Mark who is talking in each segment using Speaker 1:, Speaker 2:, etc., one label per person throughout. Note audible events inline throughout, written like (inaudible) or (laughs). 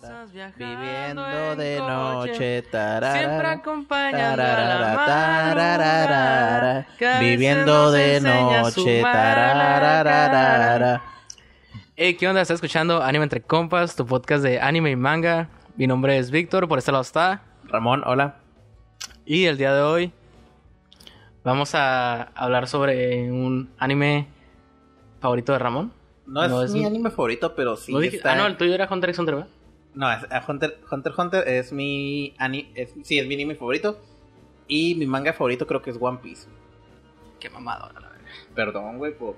Speaker 1: Cosas viajando
Speaker 2: Viviendo
Speaker 1: en
Speaker 2: de
Speaker 1: coche.
Speaker 2: noche,
Speaker 1: Siempre
Speaker 2: tarara,
Speaker 1: acompañando a la
Speaker 2: tarara,
Speaker 1: madrugada,
Speaker 2: tarara,
Speaker 1: que a veces
Speaker 2: viviendo
Speaker 1: nos
Speaker 2: de
Speaker 1: enseña su
Speaker 2: noche,
Speaker 1: mala cara.
Speaker 2: tarara.
Speaker 1: Hey, ¿qué onda? ¿Estás escuchando Anime Entre Compas, tu podcast de anime y manga? Mi nombre es Víctor, por este lado está.
Speaker 2: Ramón, hola.
Speaker 1: Y el día de hoy vamos a hablar sobre un anime favorito de Ramón.
Speaker 2: No es,
Speaker 1: No es
Speaker 2: mi
Speaker 1: mi-
Speaker 2: anime favorito, pero sí
Speaker 1: ¿No dije-
Speaker 2: está.
Speaker 1: Ah, no, el tuyo era Hunter x Hunter, ¿verdad?
Speaker 2: No, es- eh, Hunter, Hunter x Hunter es mi ani- es- sí, es mi anime favorito. Y mi manga favorito creo que es One Piece.
Speaker 1: Qué mamador, la verdad.
Speaker 2: Perdón, güey, por,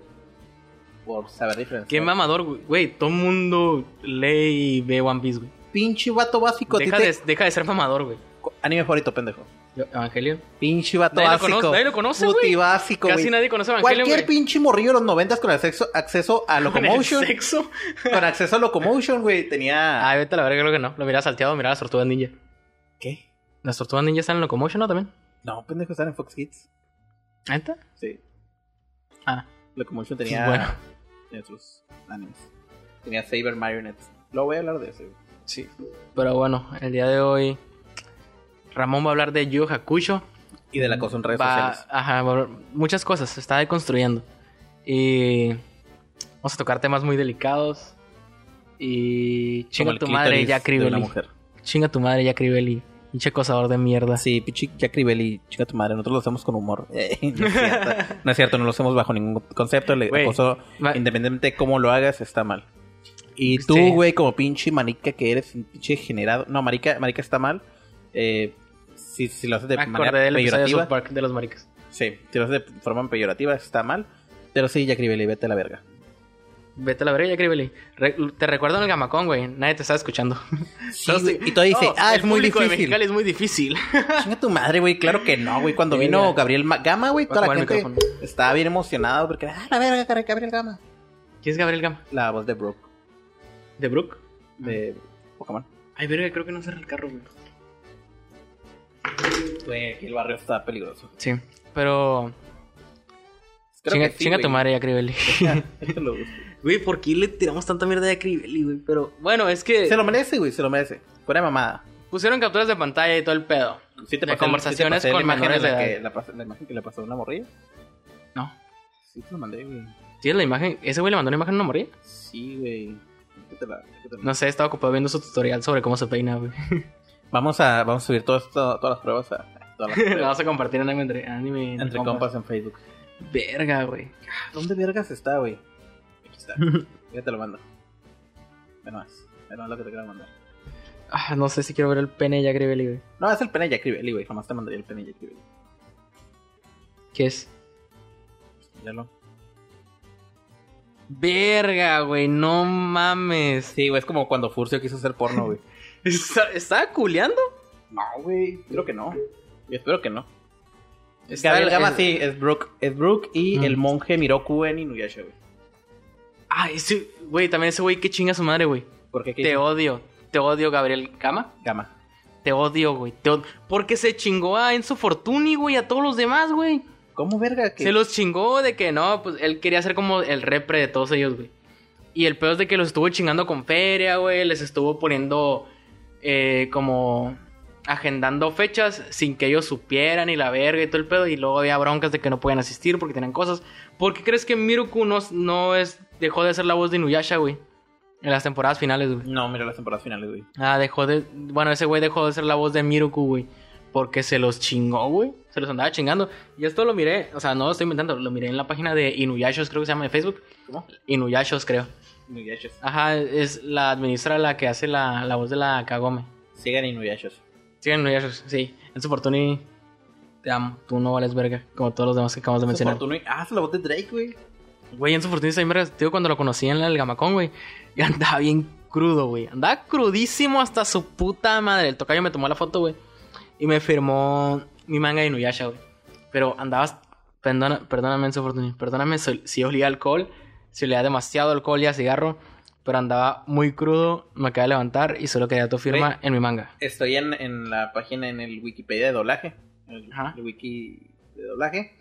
Speaker 2: por saber diferenciar.
Speaker 1: Qué mamador, güey. güey. Todo el mundo lee y ve One Piece, güey.
Speaker 2: Pinche vato básico. a ti
Speaker 1: Deja
Speaker 2: te-
Speaker 1: de, deja de ser mamador, güey.
Speaker 2: Anime favorito, pendejo.
Speaker 1: Evangelion.
Speaker 2: Pinche vato
Speaker 1: Nadie lo
Speaker 2: básico.
Speaker 1: conoce, nadie lo conoce,
Speaker 2: Puti
Speaker 1: güey.
Speaker 2: básico,
Speaker 1: Casi
Speaker 2: güey.
Speaker 1: nadie conoce Evangelion,
Speaker 2: Cualquier
Speaker 1: güey.
Speaker 2: pinche morrillo de los noventas con acceso, acceso
Speaker 1: Con
Speaker 2: a
Speaker 1: el
Speaker 2: Locomotion.
Speaker 1: sexo.
Speaker 2: Con acceso a Locomotion, güey. Tenía.
Speaker 1: Ay, vete a la verga, creo que no. Lo miraba salteado, miraba las tortugas ninja.
Speaker 2: ¿Qué?
Speaker 1: ¿Las tortugas ninja están en Locomotion, no? También.
Speaker 2: No, pendejo, están en Fox Kids.
Speaker 1: Ahí está.
Speaker 2: Sí.
Speaker 1: Ah,
Speaker 2: Locomotion
Speaker 1: pues
Speaker 2: tenía.
Speaker 1: bueno.
Speaker 2: En sus animes. Tenía Saber Marionettes. Lo voy a hablar de eso, güey.
Speaker 1: Sí. Pero bueno, el día de hoy Ramón va a hablar de Yu Hakusho.
Speaker 2: Y de la cosa en redes
Speaker 1: Va-
Speaker 2: sociales.
Speaker 1: Ajá, va a hablar- muchas cosas, se está deconstruyendo. Y vamos a tocar temas muy delicados. Y
Speaker 2: Como
Speaker 1: chinga
Speaker 2: el
Speaker 1: tu madre,
Speaker 2: clítoris
Speaker 1: Jack
Speaker 2: de una
Speaker 1: Rivelli.
Speaker 2: mujer. Ah,
Speaker 1: Chinga tu madre, Jack Rivelli. Pinche acosador de mierda.
Speaker 2: Sí, pinche Jack Rivelli, chica tu madre. Nosotros lo hacemos con humor. (laughs) Eh, no, es cierto. no es cierto, no lo hacemos bajo ningún concepto. El
Speaker 1: Güey.
Speaker 2: acoso,
Speaker 1: Va-
Speaker 2: independientemente de cómo lo hagas, está mal. Y tú,
Speaker 1: Sí.
Speaker 2: güey, como pinche manica que eres, un pinche generado. No, marica, marica está mal. Eh, si, si lo haces de
Speaker 1: me acordé
Speaker 2: manera
Speaker 1: del episodio de
Speaker 2: peyorativa.
Speaker 1: South Park de los maricas.
Speaker 2: Sí, si lo haces de forma peyorativa, está mal. Pero sí, Jack Rivelli, vete a la verga.
Speaker 1: Vete a la verga, Jack Rivelli. Re- te recuerdo en el gamacón, güey. Nadie te está escuchando.
Speaker 2: Sí,
Speaker 1: Todos
Speaker 2: güey,
Speaker 1: te-
Speaker 2: y todavía dice,
Speaker 1: No,
Speaker 2: ah,
Speaker 1: el
Speaker 2: es muy
Speaker 1: público de
Speaker 2: difícil.
Speaker 1: Mexicali es muy difícil. (laughs)
Speaker 2: Chinga tu madre, güey. Claro que no, güey. Cuando
Speaker 1: Mira.
Speaker 2: vino Gabriel Ma- Gama, güey,
Speaker 1: Voy a
Speaker 2: toda la
Speaker 1: jugar el
Speaker 2: gente
Speaker 1: micrófono.
Speaker 2: estaba bien emocionada porque, ah, la verga, cara, Gabriel Gama.
Speaker 1: ¿Quién es Gabriel Gama?
Speaker 2: La voz de Brooke,
Speaker 1: ¿De Brook?
Speaker 2: de Pokémon.
Speaker 1: Ay, verga, creo que no cerré el carro, güey.
Speaker 2: Güey, aquí el barrio está peligroso.
Speaker 1: Sí, pero...
Speaker 2: Creo
Speaker 1: chinga
Speaker 2: que sí,
Speaker 1: chinga
Speaker 2: güey.
Speaker 1: tu madre, Jack Rivelli.
Speaker 2: (laughs) Lo busco.
Speaker 1: Güey, ¿por qué le tiramos tanta mierda a Jack Rivelli, güey? Pero, bueno, es que
Speaker 2: se lo merece, güey, se lo merece. Fuera de mamada.
Speaker 1: pusieron capturas de pantalla y todo el pedo.
Speaker 2: Sí
Speaker 1: De
Speaker 2: pasé-
Speaker 1: conversaciones
Speaker 2: pasé
Speaker 1: con
Speaker 2: la imagen
Speaker 1: menores
Speaker 2: en la
Speaker 1: de
Speaker 2: que
Speaker 1: edad.
Speaker 2: la pas- la imagen que le pasó a una morrilla.
Speaker 1: No.
Speaker 2: Sí, te lo mandé, güey.
Speaker 1: ¿Tienes la imagen? ¿Ese güey le mandó una imagen a una morrilla?
Speaker 2: Sí, güey. Aquí te la- aquí te la-
Speaker 1: No sé, estaba ocupado viendo su tutorial sobre cómo se peina, güey. (laughs)
Speaker 2: Vamos a, vamos a subir todo esto, todas las pruebas a (laughs) todas las
Speaker 1: Lo vamos a compartir en anime entre, anime
Speaker 2: entre compas en Facebook.
Speaker 1: Verga,
Speaker 2: (laughs)
Speaker 1: güey.
Speaker 2: ¿Dónde vergas está, güey? Aquí está. Ya te lo mando. Ve nomás. Ve nomás lo que te quiero mandar.
Speaker 1: Ah, no sé si quiero ver el pene de Jack Rivelli, güey.
Speaker 2: No, es el pene Jack Rivelli, güey. Jamás te mandaría el pene Jack Rivelli.
Speaker 1: ¿Qué es?
Speaker 2: Ya lo.
Speaker 1: Verga, güey, no mames.
Speaker 2: Sí, güey, es como cuando Furcio quiso hacer porno, güey.
Speaker 1: ¿Está- ¿Estaba culeando?
Speaker 2: (laughs) no, güey. Creo que no. Yo espero que no.
Speaker 1: Está
Speaker 2: Gabriel
Speaker 1: el-
Speaker 2: Gama,
Speaker 1: el-
Speaker 2: sí, es Brooke. Es Brooke y
Speaker 1: Mm.
Speaker 2: el monje Miroku en Inuyasha, güey.
Speaker 1: Ah, ese, güey, también ese güey que chinga a su madre, güey.
Speaker 2: ¿Por qué? ¿Qué
Speaker 1: Te
Speaker 2: hizo?
Speaker 1: odio. Te odio, Gabriel Gama.
Speaker 2: Gama.
Speaker 1: Te odio, güey. Te od- Porque se chingó a Enzo Fortuny, güey, a todos los demás, güey.
Speaker 2: ¿Cómo verga? Que...
Speaker 1: Se los chingó de que no, pues él quería ser como el repre de todos ellos, güey. Y el peor es de que los estuvo chingando con feria, güey. Les estuvo poniendo eh, como agendando fechas sin que ellos supieran y la verga y todo el pedo. Y luego había broncas de que no podían asistir porque tenían cosas. ¿Por qué crees que Miruku no, no es, dejó de ser la voz de Inuyasha, güey? En las temporadas finales, güey.
Speaker 2: No, mira las temporadas finales, güey.
Speaker 1: Ah, dejó de. Bueno, ese güey dejó de ser la voz de Miruku, güey. Porque se los chingó, güey. Se los andaba chingando. Y esto lo miré, o sea, no lo estoy inventando, lo miré en la página de Inuyashos, creo que se llama en Facebook.
Speaker 2: ¿Cómo?
Speaker 1: Inuyashos, creo.
Speaker 2: Inuyasha.
Speaker 1: Ajá, es la administra la que hace la, la voz de la Kagome.
Speaker 2: Sigan Inuyasha.
Speaker 1: Sí, Inuyashos, sí. En su oportunidad, te amo. Tú no vales verga, como todos los demás que acabamos de mencionar.
Speaker 2: Oportuno- Ah, se la voz de Drake, güey.
Speaker 1: Güey, en su oportunidad, se me re- tío, cuando lo conocí en el Gamacón, güey. (laughs) Y andaba bien crudo, güey. Andaba crudísimo hasta su puta madre. El tocayo me tomó la foto, güey. Y me firmó mi manga de Inuyasha, güey. Pero andabas. Perdona, perdóname en su oportunidad. Perdóname si, si olía a alcohol. Si olía demasiado a alcohol y a cigarro. pero andaba muy crudo, me acaba de levantar y solo quería tu firma
Speaker 2: Oye.
Speaker 1: en mi manga.
Speaker 2: Estoy en, en la página, en el Wikipedia de doblaje. El,
Speaker 1: Ajá.
Speaker 2: el wiki de doblaje.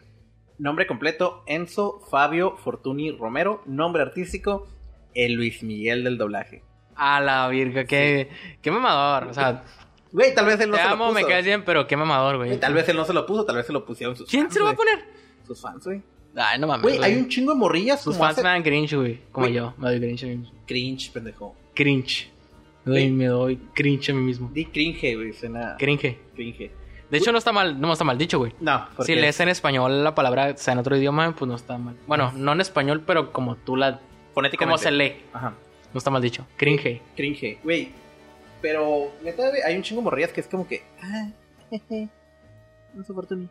Speaker 2: Nombre completo, Enzo Fabio Fortuny Romero. Nombre artístico, el Luis Miguel del doblaje.
Speaker 1: A la virga, qué, qué mamador. O sea,
Speaker 2: Güey, tal vez él no
Speaker 1: te
Speaker 2: se
Speaker 1: amo,
Speaker 2: lo
Speaker 1: me
Speaker 2: puso.
Speaker 1: caes bien, pero qué mamador, güey.
Speaker 2: Güey, tal vez él no se lo puso, tal vez se lo pusieron sus
Speaker 1: ¿Quién
Speaker 2: fans,
Speaker 1: se lo va a
Speaker 2: güey.
Speaker 1: poner?
Speaker 2: Sus fans, güey.
Speaker 1: Ay, no mames.
Speaker 2: Güey, hay
Speaker 1: güey.
Speaker 2: un chingo de morrillas
Speaker 1: Sus
Speaker 2: como
Speaker 1: fans
Speaker 2: hace-
Speaker 1: me dan cringe, güey. Como
Speaker 2: Güey.
Speaker 1: yo, me doy cringe a mí mismo.
Speaker 2: Cringe, pendejo.
Speaker 1: Cringe. Me doy,
Speaker 2: Güey.
Speaker 1: me doy cringe a mí mismo.
Speaker 2: Di cringe, güey, suena
Speaker 1: Cringe.
Speaker 2: cringe.
Speaker 1: De hecho, no está mal, no está mal dicho, güey.
Speaker 2: No, porque
Speaker 1: Si lees en español la palabra, o sea, en otro idioma, pues no está mal. Bueno, no en español, pero como tú la... Como
Speaker 2: fonéticamente.
Speaker 1: se lee.
Speaker 2: Ajá.
Speaker 1: No está mal dicho. Cringe.
Speaker 2: Cringe, güey. Pero, neta, güey, hay un chingo de morrillas que es como que. Ah, jeje. No soporto ni.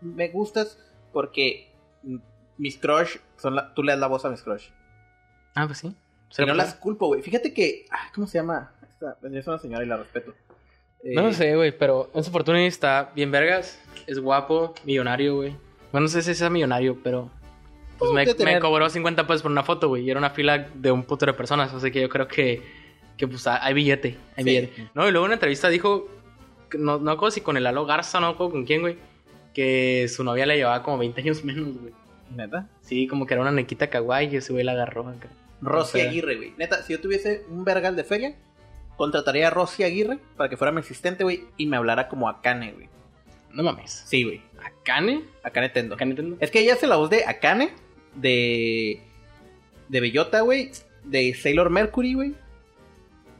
Speaker 2: Me gustas porque mm, mis crush son la- tú le das la voz a mis crush.
Speaker 1: Ah, pues sí.
Speaker 2: Y no
Speaker 1: puedo-
Speaker 2: las culpo, güey. Fíjate que. ah, ¿Cómo se llama? Esta- es una señora y la respeto. Eh,
Speaker 1: No lo sé, güey, pero Enzo Fortuny está bien vergas, es guapo, millonario, güey. Bueno, no sé si sea millonario, pero... Pues
Speaker 2: Pues,
Speaker 1: me,
Speaker 2: de tener-
Speaker 1: me cobró 50 pesos por una foto, güey, y era una fila de un puto de personas, así que yo creo que, que pues ah, hay billete, hay
Speaker 2: Sí.
Speaker 1: billete. No, y luego en una entrevista dijo, que no, no acuerdo si con el Alo Garza, no acuerdo con quién, güey, que su novia le llevaba como 20 años menos, güey.
Speaker 2: Neta.
Speaker 1: Sí, como que era una nequita kawaii y ese güey la agarró acá.
Speaker 2: Rosy
Speaker 1: O sea.
Speaker 2: Aguirre, güey. Neta, si yo tuviese un vergal de feria, contrataría a Rosy Aguirre para que fuera mi asistente, güey, y me hablara como a Akane, güey.
Speaker 1: No mames.
Speaker 2: Sí, güey.
Speaker 1: ¿Akane?
Speaker 2: Akane Tendo.
Speaker 1: ¿Akane Tendo?
Speaker 2: Es que ella hace la voz de Akane, de. de Bellota, güey. De Sailor Mercury, güey.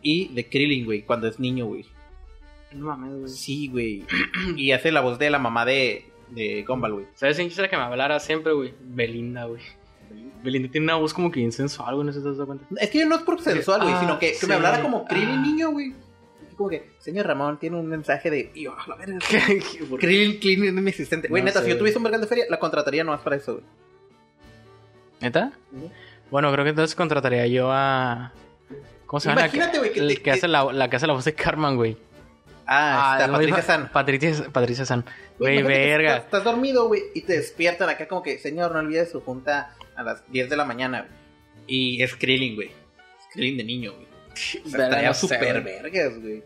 Speaker 2: Y de Krillin, güey, cuando es niño, güey.
Speaker 1: No mames, güey.
Speaker 2: Sí, güey. (clears throat) Y hace la voz de la mamá de. de Gumball, güey.
Speaker 1: ¿Sabes quién quisiera que me hablara siempre, güey? Belinda, güey. Belinda tiene una voz como que bien sensual, güey, no sé si te has dado
Speaker 2: (laughs)
Speaker 1: cuenta.
Speaker 2: Es que yo no es por sensual, güey,
Speaker 1: Ah,
Speaker 2: sino que, que
Speaker 1: sí.
Speaker 2: me hablara como Krillin
Speaker 1: Ah.
Speaker 2: niño, güey. Así Como que, señor Ramón tiene un mensaje de. Y yo, a la verga.
Speaker 1: ¿Por qué?
Speaker 2: Krillin, Krillin es mi asistente. Güey,
Speaker 1: No
Speaker 2: neta,
Speaker 1: sé,
Speaker 2: si yo
Speaker 1: güey.
Speaker 2: tuviese un vergal de feria, la contrataría nomás para eso, güey.
Speaker 1: ¿Neta?
Speaker 2: Ujú.
Speaker 1: Bueno, creo que entonces contrataría yo a. ¿Cómo se llama? la que-
Speaker 2: Imagínate, güey, que
Speaker 1: el
Speaker 2: te-
Speaker 1: que,
Speaker 2: que-
Speaker 1: hace la, la que hace la voz de Carmen, güey.
Speaker 2: Ah, está,
Speaker 1: es muy
Speaker 2: Patricia
Speaker 1: fa-
Speaker 2: San.
Speaker 1: Patricia, Patricia San.
Speaker 2: Güey,
Speaker 1: Güey,
Speaker 2: imagínate que
Speaker 1: verga.
Speaker 2: Estás, estás dormido, güey, y te despiertan acá como que, señor, no olvides su junta a las 10 de la mañana, güey. Y es Krillin, güey. Es Krillin de niño, güey. O sea,
Speaker 1: Verga,
Speaker 2: estaría
Speaker 1: no sé,
Speaker 2: súper
Speaker 1: güey.
Speaker 2: vergas, güey.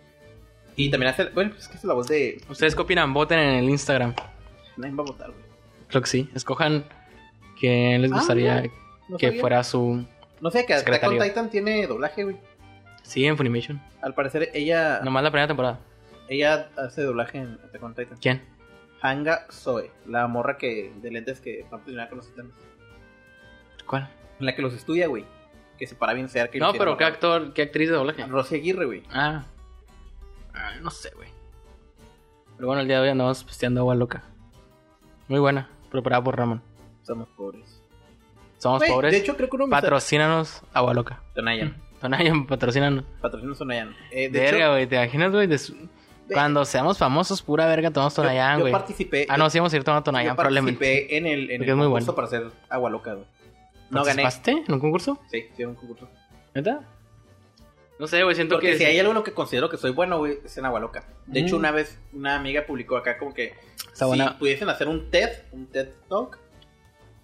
Speaker 2: Y también hace, bueno, pues es que es la voz de...
Speaker 1: ¿Ustedes qué opinan? Voten en el Instagram.
Speaker 2: Nadie va a votar, güey.
Speaker 1: Creo que sí. Escojan quién les
Speaker 2: Ah,
Speaker 1: gustaría
Speaker 2: mira. No
Speaker 1: que
Speaker 2: sabía.
Speaker 1: fuera su.
Speaker 2: No sé, que Attack on
Speaker 1: secretario.
Speaker 2: Titan tiene doblaje, güey.
Speaker 1: Sí, en Funimation.
Speaker 2: Al parecer ella,
Speaker 1: Nomás la primera temporada.
Speaker 2: ella hace doblaje en Attack on Titan.
Speaker 1: ¿Quién?
Speaker 2: Hanga Zoe, la morra que de lentes que pues, va a pelear con los titanes.
Speaker 1: ¿Cuál?
Speaker 2: La que los estudia, güey. Que se para bien cerca. y
Speaker 1: No,
Speaker 2: tiene
Speaker 1: pero
Speaker 2: morra.
Speaker 1: ¿qué actor, qué actriz de doblaje?
Speaker 2: Rosy Aguirre, güey.
Speaker 1: Ah. Ah, no sé, güey. Pero bueno, el día de hoy andamos pisteando agua loca. Muy buena, preparada por Ramón.
Speaker 2: Somos pobres.
Speaker 1: Somos
Speaker 2: Güey,
Speaker 1: pobres.
Speaker 2: De hecho, creo que uno de mis-
Speaker 1: patrocínanos agua loca.
Speaker 2: Tonayan.
Speaker 1: Tonayan, patrocínanos.
Speaker 2: Patrocina Tonayan. Eh, de
Speaker 1: Verga,
Speaker 2: hecho,
Speaker 1: güey, ¿te imaginas, güey? De su-
Speaker 2: de-
Speaker 1: Cuando seamos famosos, pura verga, tomamos
Speaker 2: yo-
Speaker 1: Tonayan,
Speaker 2: yo
Speaker 1: güey.
Speaker 2: participé.
Speaker 1: Ah, no, sí, vamos a ir tomando
Speaker 2: yo
Speaker 1: Tonayan,
Speaker 2: participé
Speaker 1: probablemente.
Speaker 2: en el,
Speaker 1: Porque
Speaker 2: en el
Speaker 1: es muy
Speaker 2: concurso
Speaker 1: bueno.
Speaker 2: para hacer agua loca, güey. No gané.
Speaker 1: ¿Participaste en un concurso?
Speaker 2: Sí, sí, un concurso.
Speaker 1: ¿Neta? No sé, güey, siento
Speaker 2: Porque
Speaker 1: que.
Speaker 2: si hay algo en lo que considero que soy bueno, güey, es en agua loca. De hecho,
Speaker 1: Mm.
Speaker 2: una vez una amiga publicó acá como que
Speaker 1: Está
Speaker 2: si
Speaker 1: buena.
Speaker 2: pudiesen hacer un TED, un TED Talk,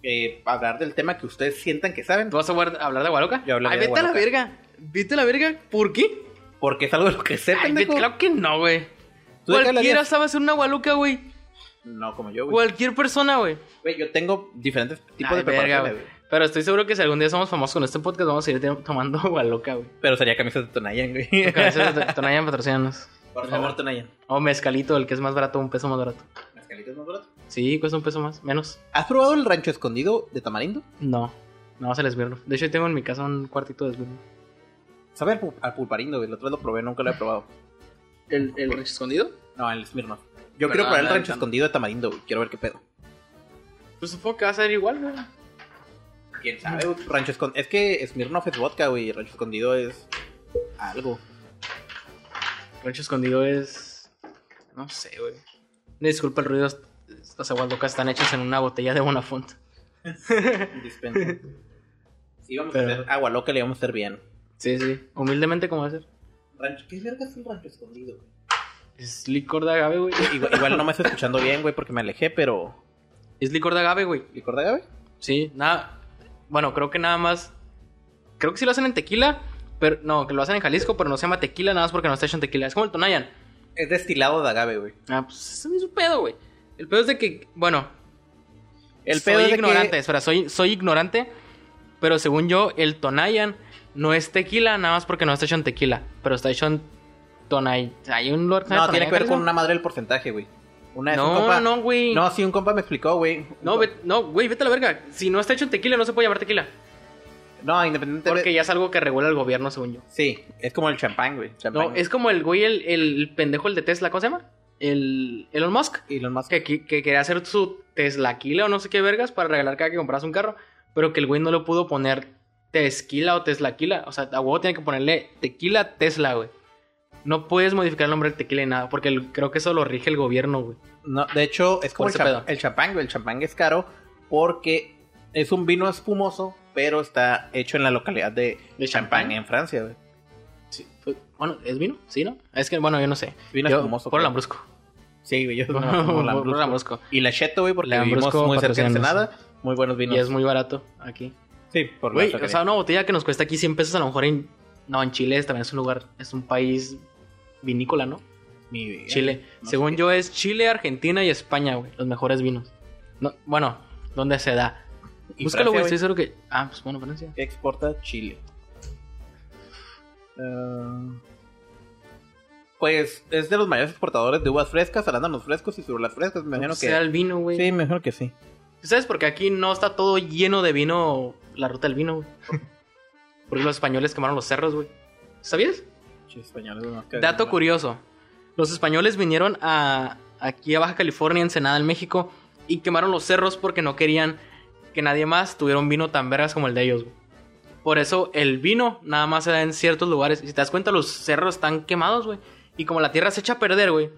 Speaker 2: eh, hablar del tema que ustedes sientan que saben,
Speaker 1: ¿Tú vas a guard- hablar de agua loca?
Speaker 2: Yo hablaré
Speaker 1: Ay,
Speaker 2: de
Speaker 1: vete a la
Speaker 2: Agualoca.
Speaker 1: verga. Vete a la verga, ¿por qué?
Speaker 2: porque es algo de lo que sé,
Speaker 1: Ay,
Speaker 2: pendejo.
Speaker 1: vete- claro que no, güey.
Speaker 2: ¿Tú de qué
Speaker 1: Cualquiera
Speaker 2: hablarías?
Speaker 1: sabe hacer una gualuca, güey.
Speaker 2: No, como yo, güey.
Speaker 1: Cualquier persona, güey.
Speaker 2: Güey, Yo tengo diferentes tipos
Speaker 1: Ay,
Speaker 2: de
Speaker 1: verga,
Speaker 2: preparaciones,
Speaker 1: güey.
Speaker 2: güey.
Speaker 1: Pero estoy seguro que si algún día somos famosos con este podcast, vamos a ir te- tomando (laughs) gualuca, güey.
Speaker 2: Pero sería camisas de Tonayan, güey.
Speaker 1: Porque a veces (laughs) to- Tonayan patrocinanos.
Speaker 2: (laughs) Por favor, Tonayan.
Speaker 1: O mezcalito, el que es más barato, un peso más barato.
Speaker 2: ¿Mezcalito es más barato?
Speaker 1: Sí, cuesta un peso más, menos.
Speaker 2: ¿Has probado el rancho escondido de Tamarindo?
Speaker 1: No, no se les esbirro. De hecho, tengo en mi casa un cuartito de esbirro.
Speaker 2: Sabe al, pu- al pulparindo, güey. El otro lo probé, nunca lo he probado.
Speaker 1: ¿El, el escondido?
Speaker 2: No, el Smirnoff. Yo
Speaker 1: Pero
Speaker 2: quiero
Speaker 1: no,
Speaker 2: probar el
Speaker 1: no,
Speaker 2: rancho
Speaker 1: no.
Speaker 2: escondido de Tamarindo, güey. Quiero ver qué pedo.
Speaker 1: Pues supongo que va a ser igual, güey.
Speaker 2: ¿Quién sabe, güey? Rancho escondido. Es que Smirnoff es vodka, güey. y Rancho escondido es algo.
Speaker 1: Rancho escondido es. No sé, güey. Una Disculpa el ruido. est- Estas aguas locas están hechas en una botella de Bonafont.
Speaker 2: Dispensa. (laughs) Sí, vamos
Speaker 1: Pero-
Speaker 2: a hacer agua loca, le vamos a hacer bien.
Speaker 1: Sí, sí. Humildemente, como va a ser?
Speaker 2: Rancho, ¿Qué verga es un rancho escondido, güey?
Speaker 1: Es licor de agave, güey.
Speaker 2: Igual, igual no me estoy escuchando bien, güey, porque me alejé, pero.
Speaker 1: Es licor de agave, güey.
Speaker 2: ¿Licor de agave?
Speaker 1: Sí, nada. Bueno, creo que nada más. Creo que sí lo hacen en tequila. Pero, no, que lo hacen en Jalisco, pero no se llama tequila nada más porque no está hecho en tequila. Es como el Tonayan.
Speaker 2: Es destilado de agave, güey.
Speaker 1: Ah, pues ese es un pedo, güey. El pedo es de que, bueno,
Speaker 2: El
Speaker 1: soy
Speaker 2: pedo es de
Speaker 1: ignorante,
Speaker 2: que...
Speaker 1: espera, soy, soy ignorante, pero según yo, el Tonayan no es tequila nada más porque no está hecho en tequila, pero está hecho en Tonay. Hay un lugar
Speaker 2: No, tiene que ver con
Speaker 1: una...
Speaker 2: una madre el porcentaje, güey. Una vez un
Speaker 1: No,
Speaker 2: compa-
Speaker 1: no, güey. No,
Speaker 2: No, sí, un compa me explicó, güey. Un co-
Speaker 1: ve- no, güey, vete a la verga. Si no está hecho en tequila, no se puede llamar tequila.
Speaker 2: No, independientemente.
Speaker 1: Porque ya es algo que regula el gobierno, según yo.
Speaker 2: Sí, es como el champán, güey. Champán,
Speaker 1: No,
Speaker 2: güey.
Speaker 1: es como el güey, el, el pendejo, el de Tesla, ¿cómo se llama? El Elon Musk.
Speaker 2: Elon Musk.
Speaker 1: que, que- que quería hacer su teslaquila o no sé qué vergas para regalar cada que compras un carro, pero que el güey no lo pudo poner tesquila o teslaquila. O sea, a huevo tiene que ponerle tequila Tesla, güey. No puedes modificar el nombre del tequila ni nada, porque el- creo que eso lo rige el gobierno, güey.
Speaker 2: No, de hecho, es como el,
Speaker 1: Por ese
Speaker 2: champ-
Speaker 1: pedo.
Speaker 2: el champán, güey. El champán es caro porque es un vino espumoso, pero está hecho en la localidad de,
Speaker 1: ¿De
Speaker 2: Champagne,
Speaker 1: champán?
Speaker 2: en Francia, güey.
Speaker 1: Pues, bueno, ¿es vino? ¿Sí, no? Es que, bueno, yo no sé.
Speaker 2: Vino
Speaker 1: Yo,
Speaker 2: espumoso.
Speaker 1: por
Speaker 2: creo.
Speaker 1: Lambrusco. (laughs)
Speaker 2: Sí, güey, yo
Speaker 1: Por
Speaker 2: no, como
Speaker 1: por
Speaker 2: Lambrusco.
Speaker 1: Lambrusco.
Speaker 2: Y la Cheto, güey, porque vivimos
Speaker 1: Lambrusco
Speaker 2: muy cerca de
Speaker 1: patrocínanos.
Speaker 2: Ensenada. Muy buenos vinos.
Speaker 1: Y es muy barato aquí.
Speaker 2: Sí, por
Speaker 1: Güey,
Speaker 2: la
Speaker 1: o
Speaker 2: cercanía.
Speaker 1: sea, una botella que nos cuesta aquí 100 pesos, a lo mejor en... No, en Chile es- también es un lugar, es un país vinícola, ¿no?
Speaker 2: Mi-
Speaker 1: Chile.
Speaker 2: eh, no sé
Speaker 1: Según
Speaker 2: qué.
Speaker 1: yo es Chile, Argentina y España, güey. Los mejores vinos. No, bueno, ¿dónde se da?
Speaker 2: Y
Speaker 1: Búscalo, güey.
Speaker 2: Francia,
Speaker 1: Estoy seguro que... Ah, pues bueno, Francia.
Speaker 2: ¿Qué exporta Chile? Ah, pues es de los mayores exportadores de uvas frescas, arándanos frescos y ciruelas frescas. Me imagino
Speaker 1: Pues Sea
Speaker 2: que.
Speaker 1: el vino, güey.
Speaker 2: Sí, me imagino que sí.
Speaker 1: ¿Sabes por qué aquí no está todo lleno de vino, la ruta del
Speaker 2: (laughs)
Speaker 1: vino, güey? Porque los españoles quemaron los cerros, güey. ¿Sabías?
Speaker 2: Che, españoles, no, que-
Speaker 1: Dato curioso. Los españoles vinieron a aquí a Baja California, Ensenada, en México, y quemaron los cerros porque no querían que nadie más tuviera un vino tan vergas como el de ellos. güey. Por eso el vino nada más se da en ciertos lugares. Y si te das cuenta, los cerros están quemados, güey. Y como la tierra se echa a perder, güey,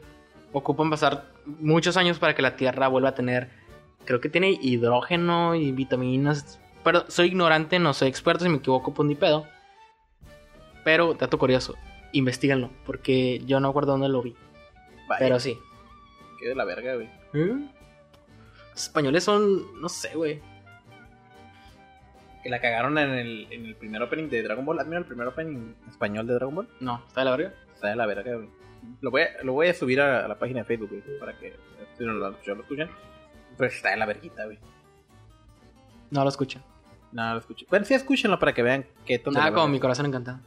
Speaker 1: ocupan pasar muchos años para que la tierra vuelva a tener. Creo que tiene hidrógeno y vitaminas. Pero soy ignorante, no soy experto, si me equivoco, pues ni pedo. Pero, dato curioso, Investíganlo, porque yo no acuerdo dónde lo vi,
Speaker 2: Vaya,
Speaker 1: pero sí.
Speaker 2: Qué de la verga, güey.
Speaker 1: ¿Eh? Los españoles son, no sé, güey.
Speaker 2: Que la cagaron en el, en el primer opening de Dragon Ball. Ah, mira, el primer opening español de Dragon Ball.
Speaker 1: No, está de la verga.
Speaker 2: Está de la verga, güey. Lo voy a, lo voy a subir a, a la página de Facebook, güey, para que si no lo, si no lo escuchan. Pues está de la verguita, güey.
Speaker 1: No lo escuchan.
Speaker 2: No, lo escuché. Bueno, sí, escúchenlo para que vean qué tonto.
Speaker 1: Nada Ah, como mi corazón encantado.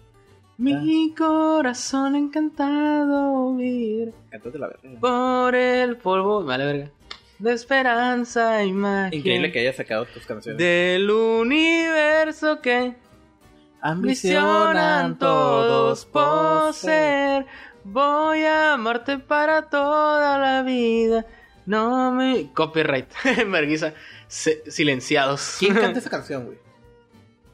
Speaker 1: Mi corazón encantado vir
Speaker 2: Entonces, la verga.
Speaker 1: Pues, por el polvo, vale verga. De esperanza y magia.
Speaker 2: Increíble que haya sacado tus canciones.
Speaker 1: del universo que Misionan todos poseer. Voy a amarte para toda la vida. No me. Copyright. (laughs) Verguisa. Se- Silenciados. (laughs)
Speaker 2: ¿Quién canta esa canción, güey?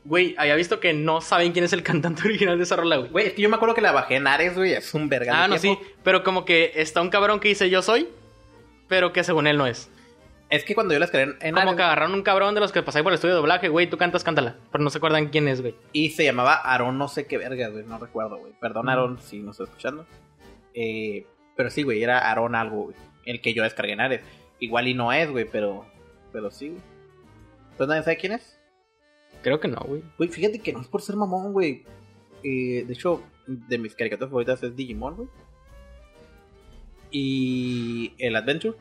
Speaker 1: Güey, había visto que no saben quién es el cantante (laughs) original de esa rola, güey.
Speaker 2: Güey, es que yo me acuerdo que la bajé en Ares, güey. Es un verga.
Speaker 1: Ah, no, sí. Pero como que está un cabrón que dice yo soy, pero que según él no es.
Speaker 2: Es que cuando yo las creé en- en
Speaker 1: Como
Speaker 2: Ares.
Speaker 1: que agarraron un cabrón de los que pasáis por el estudio de doblaje, güey, tú cantas, cántala. Pero no se acuerdan quién es, güey.
Speaker 2: Y se llamaba Aarón, no sé qué verga, güey. No recuerdo, güey. Perdón,
Speaker 1: Mm.
Speaker 2: Aarón, si no está escuchando. Eh, pero sí, güey, era Aarón algo, güey. El que yo descargué en Ares. Igual y no es, güey, pero. Pero sí, güey. ¿Entonces nadie sabe quién es?
Speaker 1: Creo que no, güey.
Speaker 2: Güey, fíjate que no es por ser mamón, güey. Eh, de hecho, de mis caricaturas favoritas es Digimon, güey. Y el Adventure.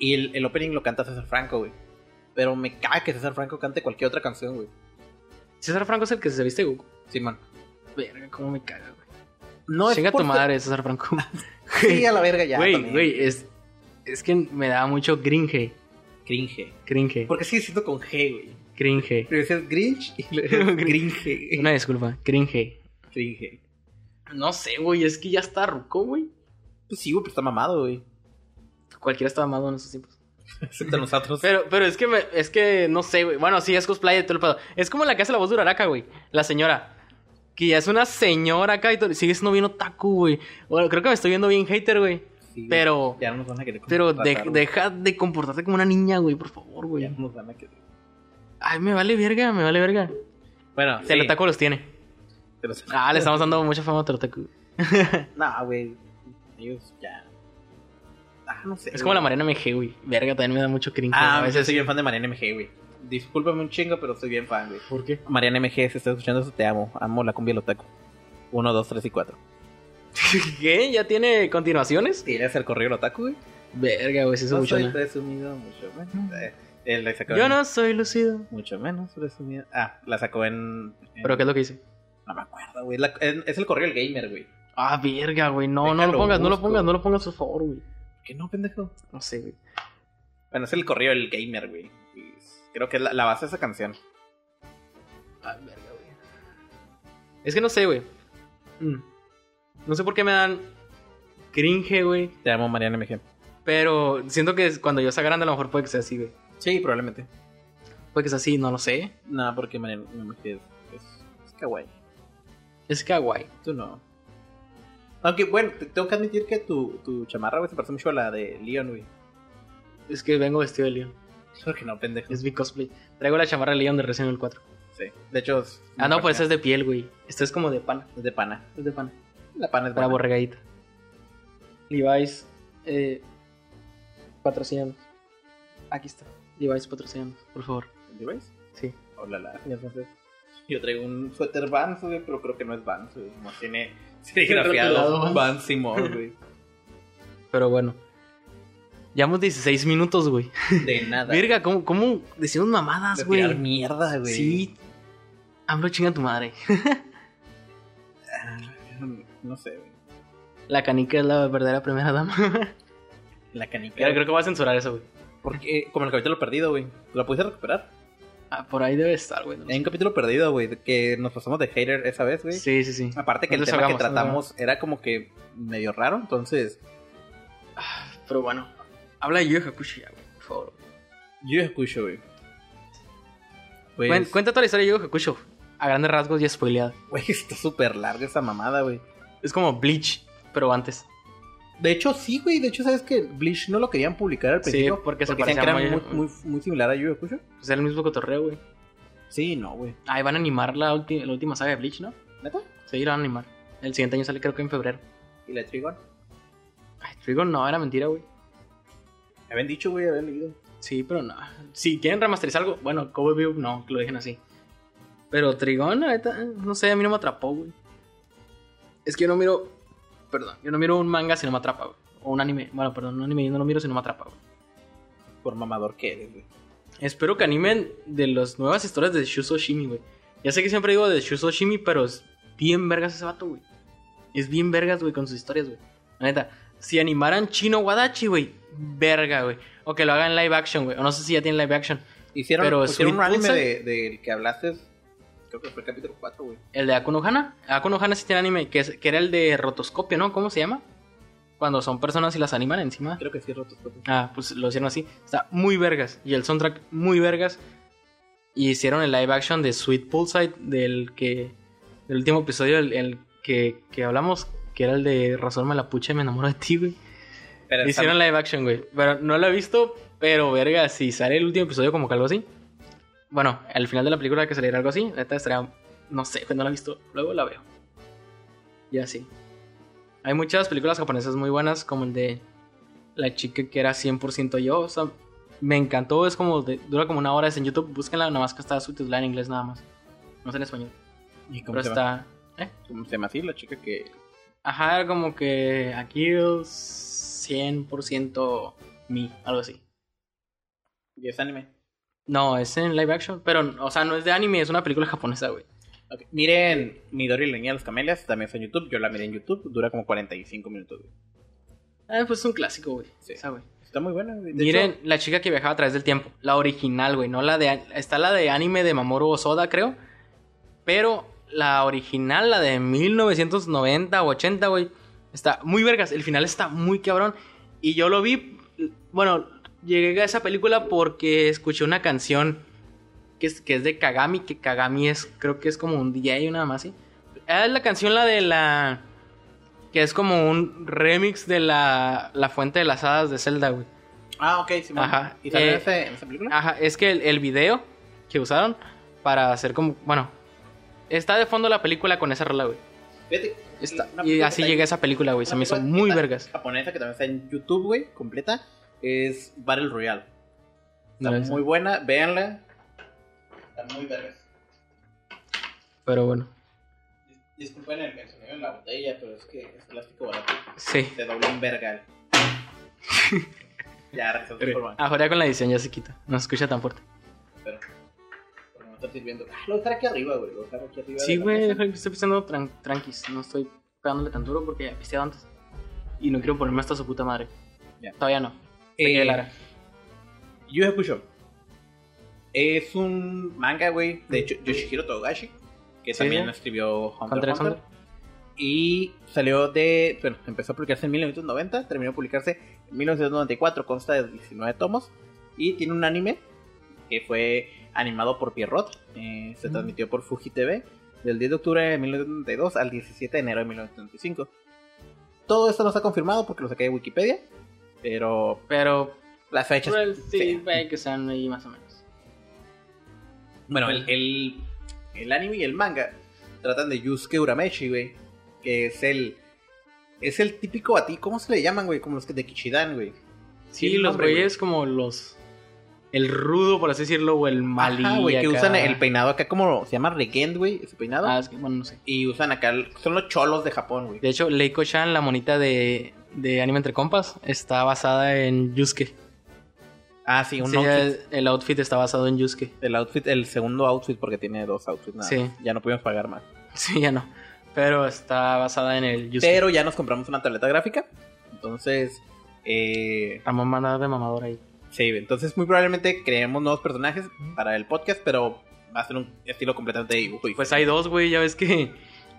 Speaker 2: Y el, el opening lo canta César Franco, güey. Pero me caga que César Franco cante cualquier otra canción, güey.
Speaker 1: César Franco es el que se viste Goku.
Speaker 2: Simón.
Speaker 1: Verga, cómo me caga, güey.
Speaker 2: No
Speaker 1: Chinga
Speaker 2: por
Speaker 1: tu
Speaker 2: ser-
Speaker 1: madre, César Franco.
Speaker 2: Sí, a la verga ya.
Speaker 1: Güey,
Speaker 2: también.
Speaker 1: güey, es, es que me daba mucho cringe.
Speaker 2: Cringe.
Speaker 1: Cringe.
Speaker 2: Porque sigue siendo con G, güey.
Speaker 1: Cringe.
Speaker 2: Pero decías Grinch y
Speaker 1: (laughs)
Speaker 2: luego Cringe.
Speaker 1: Una disculpa, cringe.
Speaker 2: Cringe.
Speaker 1: No sé, güey, es que ya está ruco, güey.
Speaker 2: Pues sí, güey, pero está mamado, güey.
Speaker 1: Cualquiera estaba amado en esos tiempos.
Speaker 2: Excepto nosotros.
Speaker 1: Pero, pero es que me, es que no sé, güey. Bueno, sí, es cosplay de todo el pedo. Es como la que hace la voz de Uraraka, güey. La señora. Que ya es una señora acá y todo- sigue siendo bien otaku, güey. Bueno, creo que me estoy viendo bien hater, güey.
Speaker 2: Sí, güey.
Speaker 1: Pero,
Speaker 2: Ya no nos van a querer
Speaker 1: pero de-
Speaker 2: contratar, güey.
Speaker 1: deja de comportarte como una niña, güey, por favor,
Speaker 2: Ya
Speaker 1: güey.
Speaker 2: no nos van a querer.
Speaker 1: Ay, me vale verga, me vale verga.
Speaker 2: Bueno,
Speaker 1: El otaku los tiene.
Speaker 2: Pero-
Speaker 1: Ah,
Speaker 2: (laughs)
Speaker 1: le estamos dando mucha fama a Terotaku.
Speaker 2: No, güey. Ellos ya. Ah, no sé.
Speaker 1: Es como la Mariana MG, güey. Verga, también me da mucho cringe.
Speaker 2: Ah,
Speaker 1: a
Speaker 2: yo
Speaker 1: veces.
Speaker 2: soy bien fan de Mariana MG, güey. discúlpame un chingo, pero soy bien fan, güey.
Speaker 1: ¿Por qué?
Speaker 2: Mariana MG, si estás escuchando eso, te amo. Amo la cumbia del otaku. 1, 2, 3 y 4.
Speaker 1: ¿Qué? ¿Ya tiene continuaciones?
Speaker 2: ¿Tienes el correo del otaku, güey?
Speaker 1: Verga, güey, sí es
Speaker 2: No
Speaker 1: mucho.
Speaker 2: soy
Speaker 1: ¿no?
Speaker 2: presumido, mucho menos. Eh, él la sacó
Speaker 1: Yo
Speaker 2: en-
Speaker 1: no soy lucido.
Speaker 2: Mucho menos presumido. Ah, la sacó en... en-
Speaker 1: ¿Pero qué es lo que hice?
Speaker 2: No me acuerdo, güey. La- en- es el correo del gamer, güey.
Speaker 1: Ah, verga, güey. No, no
Speaker 2: Déjalo,
Speaker 1: lo pongas, no lo
Speaker 2: busco.
Speaker 1: pongas, no lo pongas, por favor, güey.
Speaker 2: ¿Qué no, pendejo?
Speaker 1: No sé, güey.
Speaker 2: Bueno, es el correo del gamer, güey. Y es- Creo que es la, la base de esa canción.
Speaker 1: Ah, verga, güey. Es que no sé, güey. Mm. No sé por qué me dan cringe, güey.
Speaker 2: Te amo, Mariana MG.
Speaker 1: Pero siento que es- cuando yo sea grande a lo mejor puede que sea así, güey.
Speaker 2: Sí, probablemente.
Speaker 1: Puede que sea así, no lo sé.
Speaker 2: No, porque Mariana MG es, es, es kawaii.
Speaker 1: Es ah, kawaii.
Speaker 2: Tú no. Aunque, bueno, te- tengo que admitir que tu, tu chamarra, güey, se parece mucho a la de Leon, güey.
Speaker 1: Es que vengo vestido de Leon.
Speaker 2: Claro que no, pendejo.
Speaker 1: Es mi cosplay. Traigo la chamarra de Leon de Resident Evil 4.
Speaker 2: Sí. De hecho... es-
Speaker 1: Ah, no, pues esa es de piel, güey. Esta es como de pana.
Speaker 2: Es de pana.
Speaker 1: Es de pana.
Speaker 2: La pana es
Speaker 1: Para
Speaker 2: buena.
Speaker 1: borregadita. Levi's. Eh, patrocínanos. Aquí está. Levi's patrocínanos, por favor.
Speaker 2: ¿Levi's?
Speaker 1: Sí.
Speaker 2: Hola, la señor francés. Yo traigo un suéter Vans, güey, pero creo que no es Vans, güey. Como tiene
Speaker 1: Retratado
Speaker 2: serigrafiado
Speaker 1: Vans.
Speaker 2: Vans Simón,
Speaker 1: (laughs)
Speaker 2: güey.
Speaker 1: Pero bueno. Llevamos 16 minutos, güey.
Speaker 2: De nada.
Speaker 1: Virga, ¿cómo, cómo decimos mamadas,
Speaker 2: de
Speaker 1: güey?
Speaker 2: tirar mierda, güey.
Speaker 1: Sí. AMLO chinga tu madre.
Speaker 2: No sé, güey.
Speaker 1: La canica es la verdadera primera dama.
Speaker 2: La
Speaker 1: (laughs)
Speaker 2: canica.
Speaker 1: Mira, creo que voy a censurar eso, güey.
Speaker 2: Porque, eh, como el capítulo perdido, güey. ¿La pudiste recuperar?
Speaker 1: Ah, por ahí debe estar, güey. no lo
Speaker 2: Hay un capítulo perdido, güey, de que nos pasamos de hater esa vez,
Speaker 1: sé. Ah,
Speaker 2: güey.
Speaker 1: Sí, sí, sí.
Speaker 2: Aparte que
Speaker 1: No les
Speaker 2: el tema que
Speaker 1: hagamos, no les
Speaker 2: tratamos era como que medio raro, entonces...
Speaker 1: Pero bueno. Habla de Yu Yu Hakusho ya, güey. Por favor.
Speaker 2: Yo escucho, güey. Pues-
Speaker 1: Cuen- Cuenta toda la historia de Yu Yu Hakusho. A grandes rasgos y spoileada.
Speaker 2: Güey, (laughs) está súper larga esa mamada, güey.
Speaker 1: Es como Bleach, pero antes.
Speaker 2: De hecho, sí, güey. De hecho, ¿sabes que Bleach no lo querían publicar al
Speaker 1: Sí,
Speaker 2: principio?
Speaker 1: porque se
Speaker 2: decían
Speaker 1: parecía
Speaker 2: que era
Speaker 1: muy-
Speaker 2: muy, muy, muy similar a Yu Yu Hakusho.
Speaker 1: Pues era el mismo cotorreo, güey.
Speaker 2: Sí, no, güey.
Speaker 1: Ahí van a animar la, ulti- la última saga de Bleach, ¿no?
Speaker 2: ¿Neta?
Speaker 1: Sí, la van a animar. El siguiente año sale, creo que en febrero.
Speaker 2: ¿Y la Trigon?
Speaker 1: Ay, Trigon no, era mentira, güey.
Speaker 2: Habían dicho, güey, habían leído.
Speaker 1: Sí, pero no. Si quieren remasterizar algo, bueno, Cowboy Bebop no, que lo dejen así. Pero Trigon, la neta, no sé, a mí no me atrapó, güey. Es que yo no miro. Perdón, yo no miro un manga si no me atrapa, güey. O un anime. Bueno, perdón, un anime yo no lo miro si no me atrapa, güey.
Speaker 2: Por mamador que eres, güey.
Speaker 1: Espero que animen de las nuevas historias de Shuso Shimi, güey. Ya sé que siempre digo de Shuso Shimi, pero es bien vergas ese vato, güey. Es bien vergas, güey, con sus historias, güey. La neta, si animaran Chino Wadachi, güey, verga, güey. O que lo hagan live action, güey. O no sé si ya tienen live action.
Speaker 2: Hicieron,
Speaker 1: Pero
Speaker 2: hicieron un
Speaker 1: Sweet ¿eh?
Speaker 2: anime
Speaker 1: Pulsar-
Speaker 2: de- del que hablaste. Creo que fue el capítulo 4, güey.
Speaker 1: El de Akuno Hana. Akuno Hana sí tiene anime, que, es- que era el de rotoscopio, ¿no? ¿Cómo se llama? Cuando son personas y las animan encima.
Speaker 2: Creo que sí, Rotoscopio.
Speaker 1: Ah, pues lo hicieron así. Está muy vergas. Y el soundtrack muy vergas. Y hicieron el live action de Sweet Poolside del que... Del último episodio, el, el que, que hablamos, que era el de Razorme la pucha y me enamoro de ti, güey.
Speaker 2: Pero está-
Speaker 1: Hicieron live action, güey. Pero no lo he visto, pero verga, si sale el último episodio como que algo así. Bueno, al final de la película que saliera algo así, la neta estaría. No sé, güey, no la he visto. Luego la veo. Y así. Hay muchas películas japonesas muy buenas, como el de La chica que era 100% yo. O sea, me encantó. Es como. de- dura como una hora, es en YouTube. Búsquenla, nada más que está subtitulada en inglés, nada más. No está en español.
Speaker 2: ¿Y cómo
Speaker 1: Pero
Speaker 2: se, llama?
Speaker 1: está. ¿Eh?
Speaker 2: ¿Cómo se llama así? La chica que.
Speaker 1: Ajá, era como que aquí es 100% mí, algo así.
Speaker 2: ¿Y es anime?
Speaker 1: No, es en live action, pero, o sea, no es de anime, es una película japonesa, güey.
Speaker 2: Ok, Miren, Midori y la niña de las camelias también está en YouTube. Yo la miré en YouTube. Dura como 45 minutos, güey.
Speaker 1: Ah, pues es un clásico, güey.
Speaker 2: Sí.
Speaker 1: Esa, güey.
Speaker 2: Está muy buena. güey. De
Speaker 1: Miren,
Speaker 2: hecho,
Speaker 1: la chica que viajaba a través del tiempo, la original, güey, no la de... an- Está la de anime de Mamoru Osoda, creo, pero la original, la de 1990 o 80, güey, está muy vergas, el final está muy cabrón, y yo lo vi, bueno, llegué a esa película porque escuché una canción que es, que es de Kagami, que Kagami es, creo que es como un DJ o nada más, ¿sí? Ah, Es la canción, la de la... Que es como un remix de la, la Fuente de las Hadas de Zelda, güey.
Speaker 2: Ah, ok, Simón.
Speaker 1: Ajá.
Speaker 2: ¿Y sale
Speaker 1: Eh,
Speaker 2: en, ese- en esa película?
Speaker 1: Ajá, es que el, el video que usaron para hacer como. Bueno, está de fondo la película con esa rola, güey.
Speaker 2: Fíjate,
Speaker 1: ah, Está-
Speaker 2: una
Speaker 1: y
Speaker 2: película
Speaker 1: así
Speaker 2: que
Speaker 1: llegué a
Speaker 2: está-
Speaker 1: esa película, güey.
Speaker 2: una
Speaker 1: Se me hizo
Speaker 2: película
Speaker 1: muy
Speaker 2: que está-
Speaker 1: vergas.
Speaker 2: Japonesa que también está en YouTube, güey, completa. Es Battle Royale. Está
Speaker 1: No, esa.
Speaker 2: muy buena, véanla. Están muy vergas.
Speaker 1: Pero bueno.
Speaker 2: Dis- Disculpen el, el sonido en la botella, pero es que es plástico barato.
Speaker 1: Sí.
Speaker 2: Se dobló un (laughs) vergal. ya, regresó por mal.
Speaker 1: Ahora con la edición Ah, ya se quita. No se escucha tan fuerte.
Speaker 2: Pero. Pero no está sirviendo. Ah, lo voy a dejar aquí arriba, güey. Lo voy a dejar aquí arriba.
Speaker 1: Sí,
Speaker 2: de la
Speaker 1: güey,
Speaker 2: mesa.
Speaker 1: deja que estoy pisando tran- tranquis. No estoy pegándole tan duro porque ya pisteado antes. Y no quiero ponerme hasta su puta madre.
Speaker 2: Ya.
Speaker 1: Todavía no.
Speaker 2: Eh,
Speaker 1: Eh, Lara.
Speaker 2: Yu Yu Hakusho. Es un manga, güey, de hecho, Yoshihiro Togashi, que
Speaker 1: Sí,
Speaker 2: también
Speaker 1: güey.
Speaker 2: escribió Hunter
Speaker 1: Hunter
Speaker 2: x
Speaker 1: x
Speaker 2: Hunter. Y salió de. Bueno, empezó a publicarse en 1990, terminó de publicarse en 1994, consta de 19 tomos. Y tiene un anime que fue animado por Pierrot. eh, se
Speaker 1: Mm.
Speaker 2: transmitió por Fuji TV del 10 de octubre de 1992 al 17 de enero de 1995. Todo esto no está confirmado porque lo saqué de Wikipedia, pero
Speaker 1: Pero,
Speaker 2: las fechas.
Speaker 1: pues,
Speaker 2: sí.
Speaker 1: sí, puede que sean ahí más o menos.
Speaker 2: Bueno, el, el, el anime y el manga tratan de Yusuke Urameshi, güey. Que es el. Es el típico a ti. ¿Cómo se le llaman, güey? Como los que de Kichidan, güey.
Speaker 1: Sí,
Speaker 2: Tiene
Speaker 1: los
Speaker 2: nombre,
Speaker 1: güeyes como los. El rudo, por así decirlo, o el malí.
Speaker 2: Ajá, güey. Que
Speaker 1: acá.
Speaker 2: usan el peinado acá como. Se llama Regent, güey. Ese peinado.
Speaker 1: Ah, es que, bueno, no sé.
Speaker 2: Y usan acá. el- Son los cholos de Japón, güey.
Speaker 1: De hecho, Leiko Chan, la monita de, de Anime Entre Compas, está basada en Yusuke.
Speaker 2: Ah, sí, un
Speaker 1: Sí,
Speaker 2: outfit.
Speaker 1: el, el outfit está basado en Yusuke. (laughs)
Speaker 2: El outfit, el segundo outfit, porque tiene dos outfits nada.
Speaker 1: Sí.
Speaker 2: más. Ya no pudimos pagar más.
Speaker 1: Sí, ya no. Pero está basada en el Yusuke.
Speaker 2: Pero ya nos compramos una tableta gráfica. Entonces. Eh,
Speaker 1: Ramón manda de mamador ahí.
Speaker 2: Sí, entonces muy probablemente creemos nuevos personajes para el podcast, pero va a ser un estilo completamente de dibujo. Y
Speaker 1: Pues hay dos, güey, ya ves que,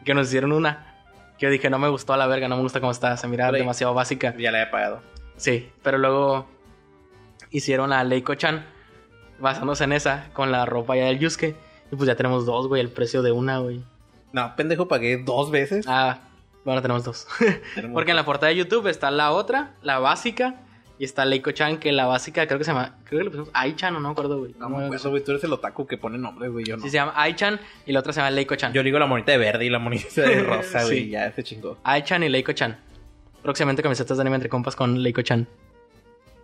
Speaker 1: que nos hicieron una. Que yo dije, no me gustó a la verga, no me gusta cómo está, se miraba
Speaker 2: Güey.
Speaker 1: demasiado básica.
Speaker 2: ya la he pagado.
Speaker 1: Sí, pero luego hicieron a Leiko Chan basándose en esa, con la ropa ya del Yusuke. Y pues ya tenemos dos, güey, el precio de una, güey.
Speaker 2: No, pendejo, pagué dos veces.
Speaker 1: Ah, bueno, tenemos dos.
Speaker 2: Tenemos-
Speaker 1: Porque en la portada de YouTube está la otra, la básica, y está Leiko Chan, que la básica creo que se llama, creo que le pusimos Ai-chan o no me acuerdo, güey.
Speaker 2: No me acuerdo, güey, tú eres el otaku que pone nombres, güey, yo no.
Speaker 1: Sí, se llama Ai-chan y la otra se llama Leiko-chan.
Speaker 2: Yo le digo la monita de verde y la (laughs) monita de rosa, güey,
Speaker 1: Sí.
Speaker 2: ya ese chingó.
Speaker 1: Ai-chan y Leiko-chan. Próximamente camisetas de anime entre compas con Leiko-chan.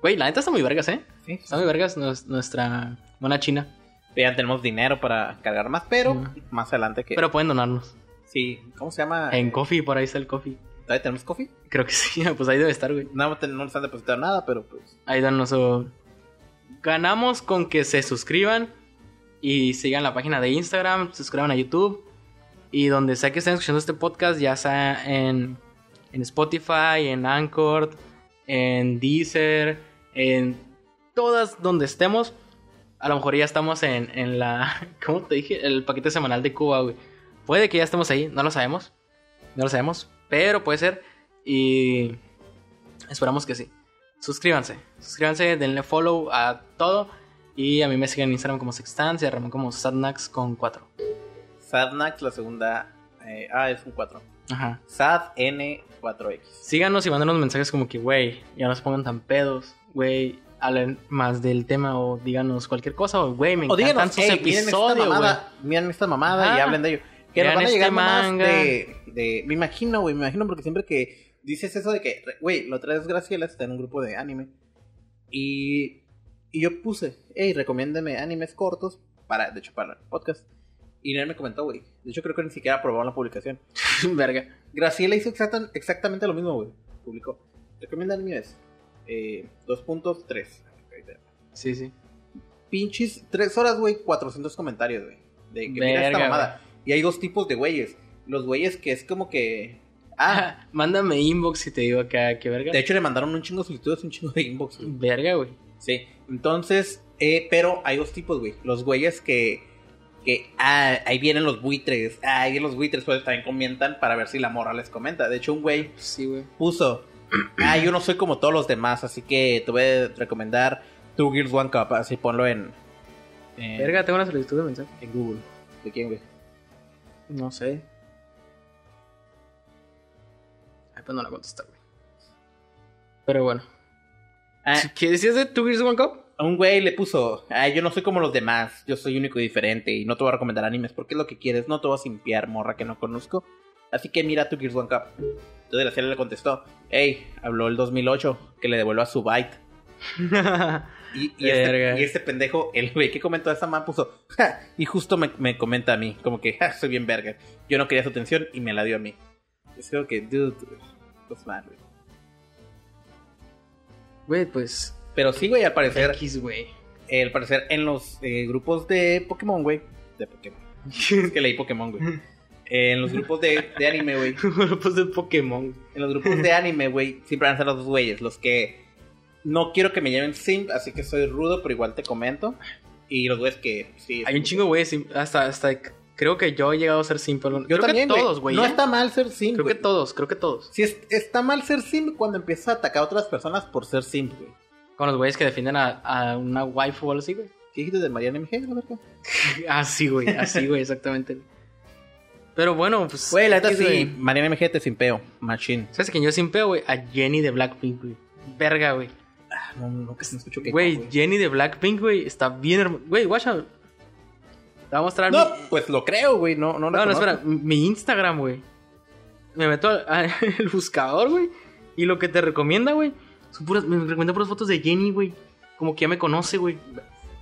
Speaker 1: Güey, la neta está muy vergas, ¿eh?
Speaker 2: Sí.
Speaker 1: Está muy vergas nos- nuestra buena china.
Speaker 2: Ya tenemos dinero para cargar más, pero
Speaker 1: Ujú.
Speaker 2: más adelante que...
Speaker 1: Pero pueden donarnos.
Speaker 2: Sí, ¿cómo se llama? Eh,
Speaker 1: En Coffee, por ahí está el Coffee.
Speaker 2: ¿Todavía tenemos coffee?
Speaker 1: Creo que sí, (laughs) pues ahí debe estar, güey.
Speaker 2: No, no ten- no nos han depositado nada, pero pues...
Speaker 1: Ahí danos su... Ganamos con que se suscriban y sigan la página de Instagram, se suscriban a YouTube. Y donde sea que estén escuchando este podcast, ya sea en, en Spotify, en Anchor, en Deezer, en todas donde estemos. A lo mejor ya estamos en, en la... (laughs) ¿Cómo te dije? El paquete semanal de Cuba, güey. Puede que ya estemos ahí, no lo sabemos. No lo sabemos, pero puede ser. Y esperamos que sí suscríbanse. Suscríbanse, denle follow a todo. Y a mí me siguen en Instagram como Sextans y a Ramón como Sadnax con 4.
Speaker 2: Sadnax, la segunda... eh, ah, es un 4.
Speaker 1: Ajá.
Speaker 2: Sadn4x.
Speaker 1: Síganos y mándenos mensajes como que, güey, ya no se pongan tan pedos, güey, hablen más del tema o díganos cualquier cosa, o güey, me
Speaker 2: O
Speaker 1: encantan
Speaker 2: díganos,
Speaker 1: sus
Speaker 2: "Hey, miren esta
Speaker 1: episodios, güey.
Speaker 2: mamada, miren esta mamada y
Speaker 1: Ajá.
Speaker 2: hablen de ello. Que nos
Speaker 1: Vean
Speaker 2: van a
Speaker 1: este
Speaker 2: llegar más
Speaker 1: manga.
Speaker 2: de, de- Me imagino, güey, me imagino porque siempre que dices eso de que, güey, la otra vez Graciela está en un grupo de anime y, y yo puse, hey, recomiéndeme animes cortos para, de hecho, para el podcast. Y nadie me comentó, güey. De hecho, creo que ni siquiera aprobaron la publicación.
Speaker 1: (laughs) Verga.
Speaker 2: Graciela hizo exacta- exactamente lo mismo, güey. Publicó. Recomienda animes. Eh, 2.3. Ahí te va
Speaker 1: Sí, sí.
Speaker 2: pinches tres horas, güey, 400 comentarios, güey. De que mira esta
Speaker 1: Verga,
Speaker 2: mamada. Y hay dos tipos de güeyes. Los güeyes que es como que.
Speaker 1: (laughs)
Speaker 2: Ah,
Speaker 1: Ah, mándame inbox y te digo acá, que verga.
Speaker 2: de hecho le mandaron un chingo de solicitudes, un chingo de inbox, güey.
Speaker 1: Verga, güey.
Speaker 2: Sí. Entonces, eh, pero hay dos tipos, güey. Los güeyes que. Que, ah, ahí vienen los buitres. Ah, ahí vienen los buitres. Pues también comentan para ver si la morra les comenta. De hecho, un güey
Speaker 1: Sí, güey.
Speaker 2: puso. (clears throat) Ah, yo no soy como todos los demás, así que te voy a recomendar Two Girls One Cup. Así ponlo en. en-
Speaker 1: Verga, tengo una solicitud de mensaje.
Speaker 2: En Google. ¿De quién, güey?
Speaker 1: No sé. Ay, pues no la contestar, güey. Pero bueno.
Speaker 2: Ah,
Speaker 1: ¿Qué decías de Two Girls One Cup? (laughs)
Speaker 2: a un güey le puso, ay, yo no soy como los demás, yo soy único y diferente y no te voy a recomendar animes porque es lo que quieres, no te vas a simpiar, morra que no conozco. Así que mira tu Gears One Cup. Entonces la serie le contestó, hey, habló el 2008, que le devuelva su byte. Y, y este,
Speaker 1: Verga.
Speaker 2: y este pendejo, el güey que comentó a esa man puso, "Ja", y justo me, me comenta a mí, como que, "Ja, soy bien verga. Yo no quería su atención y me la dio a mí. Es como que, dude, pues mal, güey.
Speaker 1: Güey, pues.
Speaker 2: Pero sí, güey, al parecer,
Speaker 1: X,
Speaker 2: (laughs)
Speaker 1: güey.
Speaker 2: eh, al parecer en los eh, grupos de Pokémon, güey, de Pokémon, es que leí Pokémon, güey. Eh, en los grupos de, de anime, güey, pues
Speaker 1: Grupos de Pokémon.
Speaker 2: en los grupos de anime, güey, siempre van a ser los dos güeyes, los que no quiero que me lleven simp, así que soy rudo, pero igual te comento. Y los güeyes que sí.
Speaker 1: Hay un chingo, de güeyes. sim- Hasta, hasta. Creo que yo he llegado a ser simple. Yo creo
Speaker 2: también,
Speaker 1: que todos, güey.
Speaker 2: No
Speaker 1: ¿eh?
Speaker 2: está mal ser simp.
Speaker 1: Creo que
Speaker 2: güey.
Speaker 1: todos, creo que todos.
Speaker 2: Sí, es- está mal ser simp cuando empiezas a atacar a otras personas por ser simp, güey.
Speaker 1: Con los güeyes que defienden a, a una waifu o algo así,
Speaker 2: (laughs)
Speaker 1: güey.
Speaker 2: ¿Qué dijiste de Mariana MG, la verga?
Speaker 1: Así, güey, así, güey,
Speaker 2: (laughs)
Speaker 1: exactamente. Pero bueno, pues.
Speaker 2: Güey, la neta
Speaker 1: X,
Speaker 2: sí.
Speaker 1: güey.
Speaker 2: Mariana MG te simpeo. Machine.
Speaker 1: ¿Sabes quién yo simpeo, güey? A Jenny de Blackpink, güey. Verga, güey.
Speaker 2: Ah, No, no, que se me escuchó que.
Speaker 1: Güey, Jenny de Blackpink, güey, está bien hermosa. Güey, guacha. Te voy a mostrar
Speaker 2: No,
Speaker 1: mi...
Speaker 2: pues lo creo, güey. No, no, la
Speaker 1: No, no,
Speaker 2: conozco.
Speaker 1: espera. Mi Instagram, güey. Me meto al, (laughs) al buscador, güey. Y lo que te recomienda, güey. Son puras, me recomienda puras fotos de Jenny, güey. Como que ya me conoce, güey.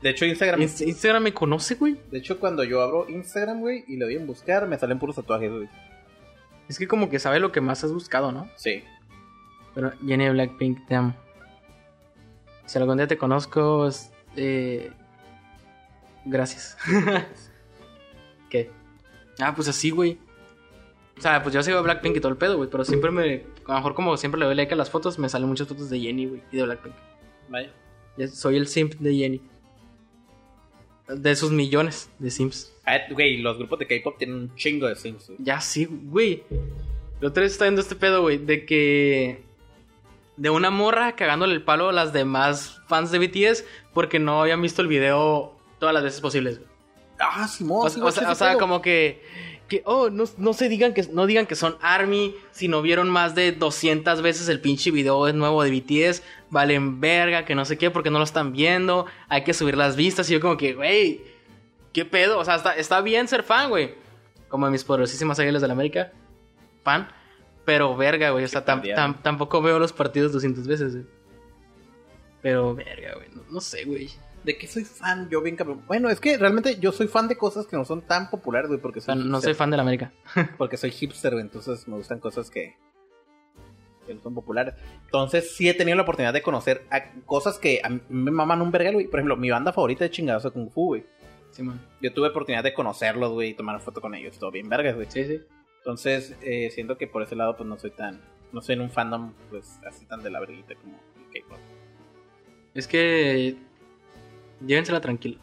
Speaker 2: De hecho, Instagram.
Speaker 1: Inst- Instagram me conoce, güey.
Speaker 2: De hecho, cuando yo abro Instagram, güey, y le doy en buscar, me salen puros tatuajes, güey.
Speaker 1: Es que como que sabe lo que más has buscado, ¿no?
Speaker 2: Sí.
Speaker 1: Pero Jenny de Blackpink, te amo. Si algún día te conozco, es- eh, gracias. (laughs) ¿Qué? Ah, pues así, güey. O sea, pues yo sigo a Blackpink y todo el pedo, güey. Pero siempre me. A lo mejor, como siempre le doy like a las fotos, me salen muchas fotos de Jenny, güey. Y de Blackpink.
Speaker 2: Vaya.
Speaker 1: Ya soy el simp de Jenny. De sus millones de simps.
Speaker 2: Ah, Güey, los grupos de K-pop tienen un chingo de sims, güey.
Speaker 1: Ya sí, güey. La otra vez está viendo este pedo, güey, de que. De una morra cagándole el palo a las demás fans de BTS porque no habían visto el video todas las veces posibles. güey.
Speaker 2: Ah, Simón.
Speaker 1: O,
Speaker 2: sí,
Speaker 1: o
Speaker 2: güey, sí,
Speaker 1: sea, o
Speaker 2: sí,
Speaker 1: sea,
Speaker 2: sí,
Speaker 1: como que. que, oh, no, no se digan que no digan que son ARMY si no vieron más de 200 veces el pinche video de nuevo de BTS, valen verga, que no sé qué, porque no lo están viendo, hay que subir las vistas y yo como que, güey, qué pedo, o sea, está, está bien ser fan, güey. Como mis poderosísimas águilas de la América, fan, pero verga, güey, o sea, tam-
Speaker 2: perdieron.
Speaker 1: tam- tampoco veo los partidos 200 veces, güey. Pero verga, güey, no, no sé, güey.
Speaker 2: ¿De qué soy fan? Yo bien cabrón. Bueno, es que realmente yo soy fan de cosas que no son tan populares, güey, porque
Speaker 1: O sea,
Speaker 2: soy
Speaker 1: no soy
Speaker 2: hipster.
Speaker 1: fan de la América.
Speaker 2: Porque soy hipster, güey, entonces me gustan cosas que, que no son populares. Entonces sí he tenido la oportunidad de conocer a- cosas que a mí me maman un vergal, güey. Por ejemplo, mi banda favorita de chingados Kung Fu, güey.
Speaker 1: Simón.
Speaker 2: Yo tuve oportunidad de conocerlos, güey, y tomar foto con ellos. Todo bien vergas, güey.
Speaker 1: Sí, sí.
Speaker 2: Entonces eh, siento que por ese lado, pues no soy tan... No soy en un fandom, pues, así tan de la verguita como el K-pop.
Speaker 1: Es que. Llévensela tranquila.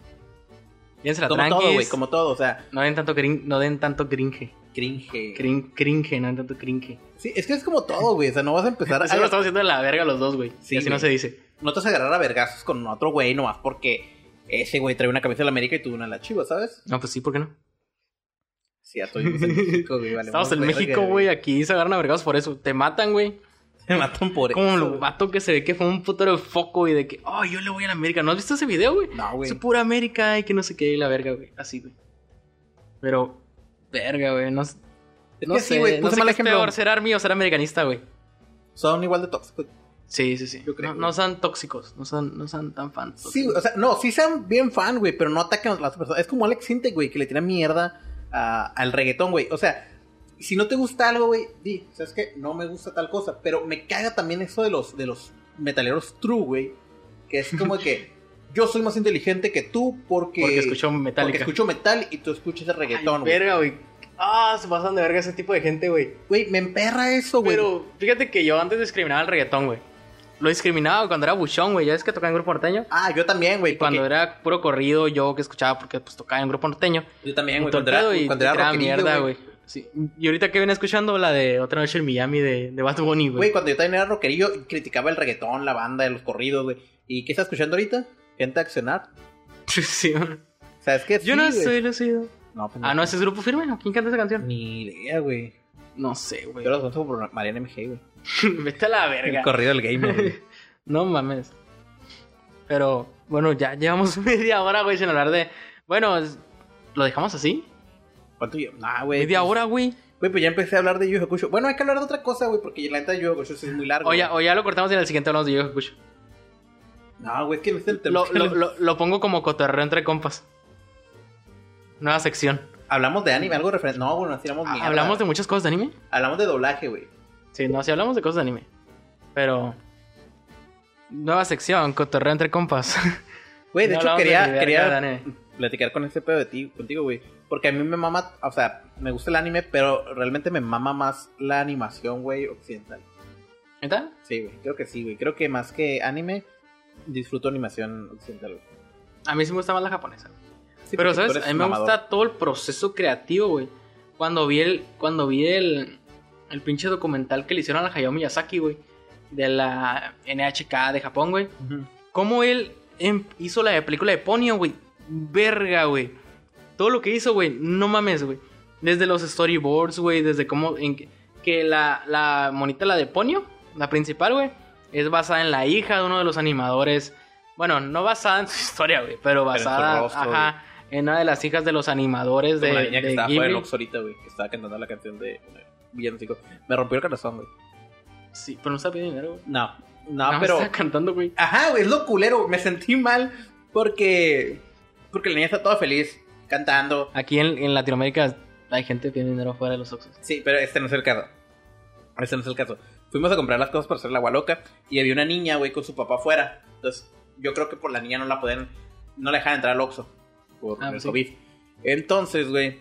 Speaker 1: Llévensela
Speaker 2: Como todo, güey,
Speaker 1: tranquila.
Speaker 2: como todo. O sea,
Speaker 1: No den tanto cringe. No den tanto cringe.
Speaker 2: cringe.
Speaker 1: Crin- cringe, no den tanto cringe.
Speaker 2: Sí, es que es como todo, güey. O sea, no vas
Speaker 1: (laughs)
Speaker 2: a empezar a...
Speaker 1: Eso lo estamos haciendo de la verga los dos, güey.
Speaker 2: Sí,
Speaker 1: y así no
Speaker 2: güey.
Speaker 1: se dice.
Speaker 2: no te vas a agarrar a vergazos con otro güey nomás porque ese güey trae una camisa de la América y tú una de la Chivas, ¿sabes?
Speaker 1: No, pues sí, ¿por qué no?
Speaker 2: Sí, ya estuvimos en México, güey. vale,
Speaker 1: Estamos en
Speaker 2: vamos,
Speaker 1: México,
Speaker 2: verga,
Speaker 1: güey. Aquí se agarran a vergados por eso. Te matan, güey.
Speaker 2: Te matan por
Speaker 1: Como
Speaker 2: eso.
Speaker 1: el vato que se ve que fue un putero de foco y de que, oh, yo le voy a la América. ¿No has visto ese video, güey?
Speaker 2: güey. No, güey.
Speaker 1: Es pura América y que no sé qué, y la verga, güey. Así, güey. Pero, verga, güey. No,
Speaker 2: Es
Speaker 1: no
Speaker 2: que
Speaker 1: sé,
Speaker 2: sí, güey.
Speaker 1: no
Speaker 2: Puse
Speaker 1: sé
Speaker 2: mal
Speaker 1: qué es
Speaker 2: ejemplo.
Speaker 1: peor, ser army o ser americanista, güey.
Speaker 2: Son igual de tóxicos.
Speaker 1: Sí, sí, sí.
Speaker 2: Yo creo,
Speaker 1: no,
Speaker 2: güey.
Speaker 1: no sean tóxicos, no sean, no sean tan fans.
Speaker 2: Sí, o sea, no, sí sean bien fan, güey, pero no ataquen a las personas. Es como Alex Sintek, güey, que le tira mierda a- al reggaetón, güey. O sea, si no te gusta algo, güey, di, ¿sabes qué? No me gusta tal cosa. Pero me caga también eso de los, de los metaleros true, güey. Que es como
Speaker 1: (laughs)
Speaker 2: que yo soy más inteligente que tú porque...
Speaker 1: porque escuchó
Speaker 2: Porque
Speaker 1: Metallica.
Speaker 2: escucho metal y tú escuchas el
Speaker 1: Ay,
Speaker 2: reggaetón, güey.
Speaker 1: verga, güey. Ah, se pasan de verga ese tipo de gente, güey.
Speaker 2: Güey, me emperra eso, güey.
Speaker 1: Pero fíjate que yo antes discriminaba el reggaetón, güey. Lo discriminaba cuando era buchón, güey. Ya ves que tocaba en grupo norteño.
Speaker 2: Ah, yo también, güey.
Speaker 1: Cuando
Speaker 2: porque-
Speaker 1: era puro corrido, yo que escuchaba porque pues tocaba en grupo norteño.
Speaker 2: Yo también,
Speaker 1: Y
Speaker 2: güey.
Speaker 1: todo el
Speaker 2: Cuando era,
Speaker 1: pedo, y
Speaker 2: cuando era
Speaker 1: te tiraba
Speaker 2: rockerillo,
Speaker 1: mierda, güey. Sí. Y ahorita que viene escuchando la de Otra Noche en Miami de, de Bad Bunny,
Speaker 2: Güey,
Speaker 1: güey.
Speaker 2: cuando yo también era rockerillo, criticaba el reggaetón, la banda, los corridos, güey. ¿Y qué estás escuchando ahorita? Gente a accionar.
Speaker 1: (laughs) Sí, güey.
Speaker 2: O sea, es que
Speaker 1: Yo
Speaker 2: sí,
Speaker 1: no
Speaker 2: güey.
Speaker 1: estoy lucido.
Speaker 2: No, pues,
Speaker 1: Ah, no, ese es grupo firme. ¿no? ¿Quién canta esa canción?
Speaker 2: Ni idea, güey.
Speaker 1: No sé, güey.
Speaker 2: Yo los conozco por Mariana MG, güey.
Speaker 1: (laughs) Vete a la
Speaker 2: El
Speaker 1: verga.
Speaker 2: corrido del gamer, güey.
Speaker 1: No mames. Pero bueno, ya llevamos (laughs) media hora, güey, sin hablar de. Bueno, es- lo dejamos así.
Speaker 2: (laughs) ¿Cuánto yo? Nah, güey.
Speaker 1: Media
Speaker 2: pues-
Speaker 1: hora, güey.
Speaker 2: Güey, pues ya empecé a hablar de Yu Yu Hakusho. Bueno, hay que hablar de otra cosa, güey, porque la neta de Yu Yu Hakusho sí es muy largo.
Speaker 1: O ya,
Speaker 2: güey.
Speaker 1: o ya lo cortamos y en el siguiente hablamos de Yu Yu Hakusho.
Speaker 2: No, güey, es que este no es el
Speaker 1: Lo,
Speaker 2: Toluca.
Speaker 1: lo-
Speaker 2: (laughs)
Speaker 1: lo- lo pongo como cotorreo entre compas. Nueva sección.
Speaker 2: Hablamos de anime, algo referente. No, güey, no hacíamos mierda.
Speaker 1: Ah, ¿Hablamos de muchas cosas de anime?
Speaker 2: Hablamos de doblaje, güey.
Speaker 1: Sí, no, sí hablamos de cosas de anime. Pero. Nueva sección, cotorreo entre compas.
Speaker 2: Güey, de
Speaker 1: No
Speaker 2: hecho
Speaker 1: hablamos
Speaker 2: quería,
Speaker 1: de
Speaker 2: quería
Speaker 1: anime, de anime.
Speaker 2: platicar con ese pedo de ti, contigo, güey. Porque a mí me mama, o sea, me gusta el anime, pero realmente me mama más la animación, güey, occidental.
Speaker 1: ¿Neta?
Speaker 2: Sí, güey, creo que sí, güey. Creo que más que anime, disfruto animación occidental, güey.
Speaker 1: A mí sí me gusta más la japonesa.
Speaker 2: Sí,
Speaker 1: pero,
Speaker 2: porque tú
Speaker 1: ¿sabes?
Speaker 2: eres
Speaker 1: A mí me
Speaker 2: mamador.
Speaker 1: gusta todo el proceso creativo, güey. Cuando vi el. Cuando vi el. El pinche documental que le hicieron a Hayao Miyazaki, güey. De la NHK de Japón, güey.
Speaker 2: Ujú.
Speaker 1: Cómo él em- hizo la película de Ponyo, güey. Verga, güey. Todo lo que hizo, güey. No mames, güey. Desde los storyboards, güey. Desde cómo. en que- que la, la monita, la de Ponyo, la principal, güey. Es basada en la hija de uno de los animadores. Bueno, no basada en su (laughs) historia, güey. Pero
Speaker 2: en su
Speaker 1: basada.
Speaker 2: rostro,
Speaker 1: ajá. En una de las hijas de los animadores de.
Speaker 2: Como la niña que
Speaker 1: de
Speaker 2: estaba fuera del
Speaker 1: Ghibli.
Speaker 2: Oxxo ahorita, güey. Que estaba cantando la canción de Villancico. Me rompió el corazón, güey.
Speaker 1: Sí, pero no está pidiendo dinero, güey.
Speaker 2: No, no,
Speaker 1: Nada más
Speaker 2: Ah, pero...
Speaker 1: Está cantando, güey.
Speaker 2: Ajá, güey, es lo culero. Me sentí mal porque... Porque la niña está toda feliz cantando.
Speaker 1: Aquí en, en Latinoamérica hay gente que tiene dinero fuera de los Oxxos.
Speaker 2: Sí, pero este no es el caso. Este no es el caso. Fuimos a comprar las cosas para hacer la agua loca y había una niña, güey, con su papá afuera. Entonces, yo creo que por la niña no la podían... No la dejaban entrar al Oxxo por
Speaker 1: Ah,
Speaker 2: el
Speaker 1: sí.
Speaker 2: COVID. Entonces, güey,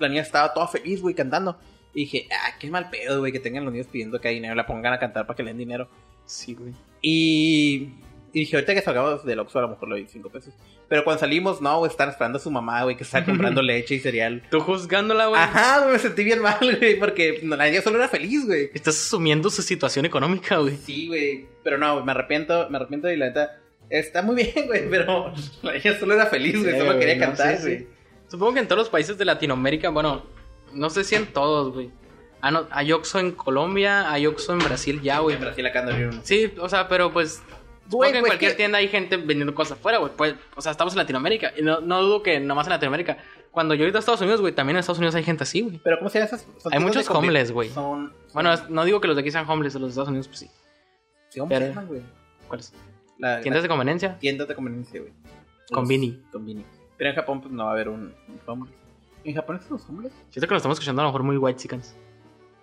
Speaker 2: la niña estaba toda feliz, güey, cantando. Y dije, ah, qué mal pedo, güey, que tengan los niños pidiendo que hay dinero, la pongan a cantar para que le den dinero.
Speaker 1: Sí, güey.
Speaker 2: Y, y dije, ahorita que salgamos del Oxxo a lo mejor le doy 5 pesos. Pero cuando salimos, no, güey, están esperando a su mamá, güey, que
Speaker 1: (laughs)
Speaker 2: está comprando leche y cereal.
Speaker 1: Tú juzgándola, güey.
Speaker 2: Ajá, güey, me sentí bien mal, (laughs) güey, porque no, la niña solo era feliz, güey.
Speaker 1: Estás asumiendo su situación económica, güey.
Speaker 2: Sí, güey, pero no, güey, me arrepiento, me arrepiento y la neta, está muy bien, (laughs) güey, pero la niña solo era feliz, güey,
Speaker 1: Sí,
Speaker 2: solo
Speaker 1: güey,
Speaker 2: quería
Speaker 1: no,
Speaker 2: cantar,
Speaker 1: sí,
Speaker 2: güey.
Speaker 1: sí. Supongo que en todos los países de Latinoamérica, bueno, no sé si en todos, güey. Ah, no, hay Oxxo en Colombia, hay Oxxo en Brasil ya, güey.
Speaker 2: En Brasil acá ando bien.
Speaker 1: Sí, o sea, pero pues... Supongo
Speaker 2: Güey,
Speaker 1: que en
Speaker 2: pues
Speaker 1: cualquier
Speaker 2: que-
Speaker 1: tienda hay gente vendiendo cosas afuera, güey. Pues, o sea, estamos en Latinoamérica. Y no, no dudo que nomás en Latinoamérica. Cuando yo he ido a Estados Unidos, güey, también en Estados Unidos hay gente así, güey.
Speaker 2: Pero ¿cómo se llaman esas? Son tipos de
Speaker 1: muchos
Speaker 2: convi-
Speaker 1: homeless, güey.
Speaker 2: Son,
Speaker 1: Bueno, es- no digo que los de aquí sean homeless, los de Estados Unidos, pues sí.
Speaker 2: sí, ¿cómo se
Speaker 1: pero-
Speaker 2: llaman, güey?
Speaker 1: ¿Cuáles?
Speaker 2: La-
Speaker 1: ¿Tiendas de
Speaker 2: la-
Speaker 1: conveniencia?
Speaker 2: tiendas de conveniencia, güey.
Speaker 1: Convini.
Speaker 2: Los- Convini. Pero en Japón pues no va a haber un, un homeless. ¿En Japón están los homeless?
Speaker 1: Siento que lo estamos escuchando a lo mejor muy white chickens.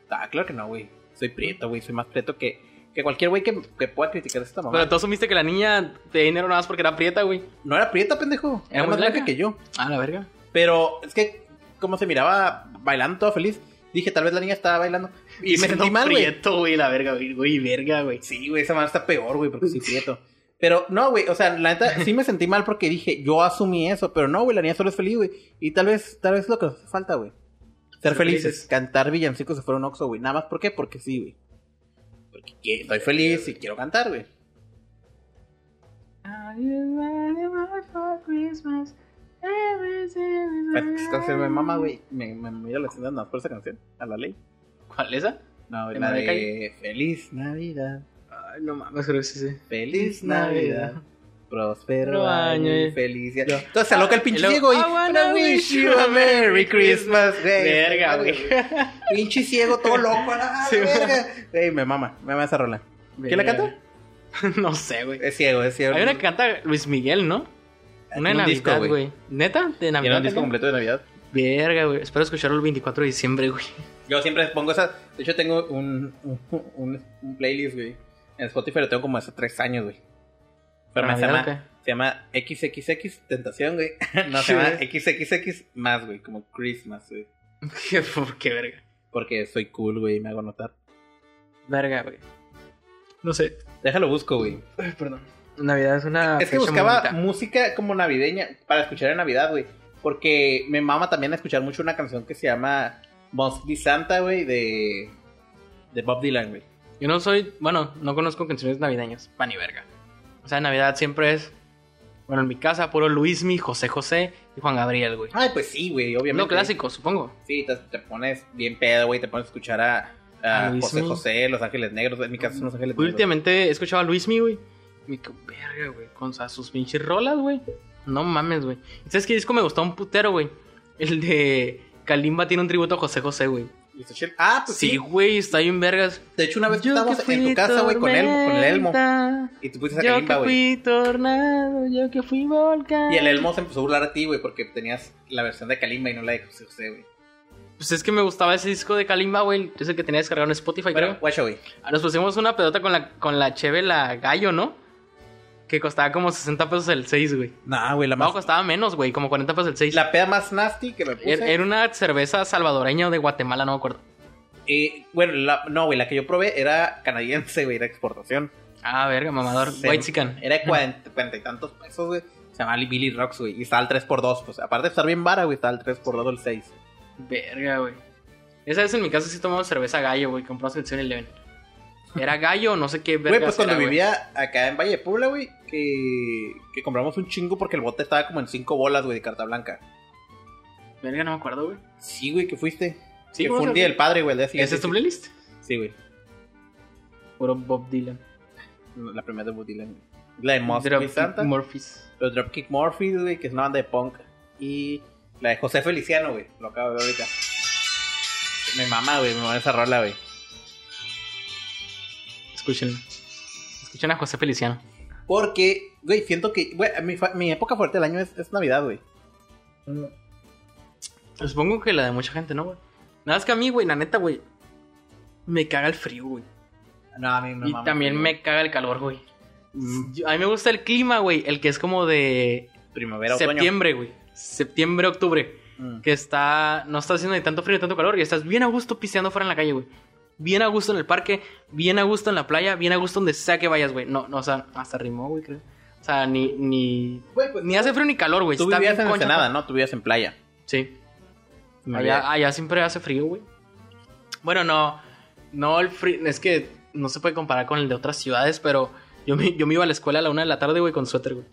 Speaker 2: Ah, claro que no, güey. Soy prieto, güey, soy más prieto que, que cualquier güey que, que pueda criticar a esta mamá.
Speaker 1: Pero tú asumiste que la niña te dinero nada más porque era prieta, güey.
Speaker 2: No era prieta, pendejo. Era,
Speaker 1: ¿Era muy
Speaker 2: más blanca
Speaker 1: blanca?
Speaker 2: que yo.
Speaker 1: Ah, la verga.
Speaker 2: Pero es que como se miraba bailando toda feliz, dije, tal vez la niña estaba bailando. Y me
Speaker 1: Siendo
Speaker 2: sentí mal, güey.
Speaker 1: prieto, güey, la verga, güey, güey, verga, güey.
Speaker 2: Sí, güey, esa madre está peor, güey, porque soy prieto. Pero no, güey, o sea, la neta sí me sentí mal porque dije, yo asumí eso, pero no, güey, la niña solo es feliz, güey. Y tal vez, tal vez es lo que nos hace falta, güey. Ser
Speaker 1: Ser
Speaker 2: felices,
Speaker 1: felices.
Speaker 2: cantar villancicos se fueron Oxxo, güey. Nada más, ¿por qué? Porque sí, güey. Porque que- estoy feliz y quiero cantar, güey. Es
Speaker 1: pues,
Speaker 2: que Esta canción me mama, güey. Me, me mira la escena nada más por esa canción, a la ley.
Speaker 1: ¿Cuál esa?
Speaker 2: No, güey,
Speaker 1: ¿De
Speaker 2: la
Speaker 1: Mariah
Speaker 2: de Feliz Navidad.
Speaker 1: Ay, no mames, creo que sí, sí.
Speaker 2: Feliz Navidad. Próspero
Speaker 1: Pero
Speaker 2: año y
Speaker 1: año.
Speaker 2: felicidad. Entonces se aloca el
Speaker 1: Y
Speaker 2: pinche
Speaker 1: luego,
Speaker 2: ciego y.
Speaker 1: "I wanna
Speaker 2: "I
Speaker 1: wish you a Merry Christmas",
Speaker 2: güey.
Speaker 1: Verga, güey.
Speaker 2: Pinche ciego, todo loco, a la
Speaker 1: (laughs) Sí,
Speaker 2: verga. Güey, me mama, me mama esa rola. ¿Quién la canta?
Speaker 1: (laughs) no sé, güey.
Speaker 2: Es ciego, es ciego.
Speaker 1: Hay una que canta Luis Miguel, ¿no? Una de
Speaker 2: Tiene un disco,
Speaker 1: Navidad, güey. ¿Neta? ¿De
Speaker 2: Tiene
Speaker 1: Navidad?
Speaker 2: un disco
Speaker 1: también?
Speaker 2: completo de Navidad.
Speaker 1: Verga, güey. Espero escucharlo el 24 de diciembre, güey.
Speaker 2: Yo siempre pongo esa. De hecho, tengo un, un, un- un playlist, güey. En Spotify lo tengo como hace tres años, güey. Pero me
Speaker 1: ¿Para
Speaker 2: se
Speaker 1: Navidad
Speaker 2: llama, se llama XXX Tentación, güey. No,
Speaker 1: (laughs)
Speaker 2: se
Speaker 1: Sí.
Speaker 2: llama XXX más, güey. Como Christmas, güey.
Speaker 1: o qué? (laughs) ¿Por qué, verga?
Speaker 2: Porque soy cool, güey, y me hago notar.
Speaker 1: Verga, güey. No sé.
Speaker 2: Déjalo busco, güey.
Speaker 1: Ay, perdón. Navidad es una.
Speaker 2: Es que
Speaker 1: Ah, fecha muy
Speaker 2: buscaba
Speaker 1: bonita.
Speaker 2: música como navideña para escuchar en Navidad, güey. Porque me mama también escuchar mucho una canción que se llama Mostly Santa, güey, de, de Bob Dylan, güey.
Speaker 1: Yo no soy. Bueno, no conozco canciones navideñas. Pa' ni verga. O sea, Navidad siempre es. Bueno, en mi casa, puro Luismi, José José y Juan Gabriel, güey.
Speaker 2: Ay, pues sí, güey, obviamente.
Speaker 1: Lo clásico, supongo.
Speaker 2: Sí, te, te pones bien pedo, güey, te pones a escuchar a, a
Speaker 1: A Luis
Speaker 2: José
Speaker 1: Mi.
Speaker 2: José, Los Ángeles Negros, en mi caso son Los Ángeles Negros.
Speaker 1: Últimamente he escuchado a Luismi, güey. Y me quedo, verga, güey. Con sa- sus pinches rolas, güey. No mames, güey. ¿Y ¿Sabes qué disco me gustó un putero, güey? El de Kalimba tiene un tributo a José José, güey.
Speaker 2: Mr. Shell. Ah, pues
Speaker 1: Sí,
Speaker 2: sí.
Speaker 1: güey, está bien vergas.
Speaker 2: De hecho, una vez que
Speaker 1: Yo
Speaker 2: estábamos
Speaker 1: que
Speaker 2: en tu
Speaker 1: fui
Speaker 2: casa, güey, con el, con el elmo.
Speaker 1: tormenta,
Speaker 2: Y tú pusiste a
Speaker 1: Yo que
Speaker 2: Kalimba, güey.
Speaker 1: fui tornado, yo que fui volcán.
Speaker 2: Y el elmo se empezó a burlar a ti, güey, porque tenías la versión de Kalimba y no la de José José, güey.
Speaker 1: Pues es que me gustaba ese disco de Kalimba, güey. Es el que tenía descargado en Spotify,
Speaker 2: Bueno,
Speaker 1: creo.
Speaker 2: guacha, güey.
Speaker 1: Ah, Nos pusimos una pedota con la, con la cheve, la gallo, ¿no? Que costaba como 60 pesos el 6, güey.
Speaker 2: Nah, güey, la
Speaker 1: No, costaba menos, güey, como 40 pesos el 6.
Speaker 2: La peda más nasty que me puse.
Speaker 1: Era, era una cerveza salvadoreña o de Guatemala, no me acuerdo.
Speaker 2: Eh, bueno, la- no, güey, la que yo probé era canadiense, güey, era exportación.
Speaker 1: Ah, verga, mamador.
Speaker 2: Se-
Speaker 1: White Chicken.
Speaker 2: Era de cuarenta cuarenta y tantos pesos, güey. Se llamaba Billy Rocks, güey. Y estaba al 3x2, pues. Aparte de estar bien vara, güey, estaba al 3x2 el 6.
Speaker 1: Verga, güey. Esa vez en mi casa sí tomamos cerveza gallo, güey. Compramos el 7-Eleven. Era gallo, no sé qué verga.
Speaker 2: Güey, pues cuando vivía acá en Valle de Puebla, güey, que, que compramos un chingo porque el bote estaba como en 5 bolas, güey, de carta blanca.
Speaker 1: Verga, no me acuerdo, güey.
Speaker 2: Sí, güey, que fuiste.
Speaker 1: Sí,
Speaker 2: que
Speaker 1: vamos
Speaker 2: fue
Speaker 1: a-
Speaker 2: un día del padre, güey, el día siguiente.
Speaker 1: ¿Ese es tu playlist?
Speaker 2: Sí, güey.
Speaker 1: Puro Bob Dylan.
Speaker 2: La primera de Bob Dylan. La de Mosque
Speaker 1: Dropkick
Speaker 2: Santa.
Speaker 1: Murphys.
Speaker 2: los Dropkick Murphys, güey, que es una banda de punk. Y la de José Feliciano, güey. Lo acabo de ver ahorita. Me mama, güey, me mama esa rola, güey.
Speaker 1: Escúchenlo. Escuchen a José Feliciano.
Speaker 2: Porque, güey, siento que. Güey, mi, fa- mi época fuerte del año es, es Navidad, güey.
Speaker 1: Mm. Supongo que la de mucha gente, ¿no, güey? Nada más que a mí, güey, la neta, güey. Me caga el frío, güey.
Speaker 2: No, a mí me
Speaker 1: y
Speaker 2: mama,
Speaker 1: también
Speaker 2: güey.
Speaker 1: me caga el calor, güey.
Speaker 2: Mm,
Speaker 1: Yo- A mí me gusta el clima, güey. El que es como de
Speaker 2: Primavera, otoño.
Speaker 1: septiembre, güey. Septiembre, octubre.
Speaker 2: Mm.
Speaker 1: Que está. No está haciendo ni tanto frío ni tanto calor. Y estás bien a gusto pisteando fuera en la calle, güey. Bien a gusto en el parque. Bien a gusto en la playa. Bien a gusto donde sea que vayas, güey. No, no, o sea, hasta rimó, güey, creo. O sea, ni. Ni,
Speaker 2: Güey, pues,
Speaker 1: ni hace frío ni calor, güey.
Speaker 2: tú
Speaker 1: Está
Speaker 2: vivías
Speaker 1: bien
Speaker 2: en
Speaker 1: concha, pues.
Speaker 2: Ensenada, ¿no? Tú vivías en playa.
Speaker 1: Sí.
Speaker 2: Me
Speaker 1: Allá,
Speaker 2: había-
Speaker 1: allá siempre hace frío, güey. Bueno, no. No, el frío. Es que no se puede comparar con el de otras ciudades, pero yo me, yo me iba a la escuela a la una de la tarde, güey, con suéter, güey.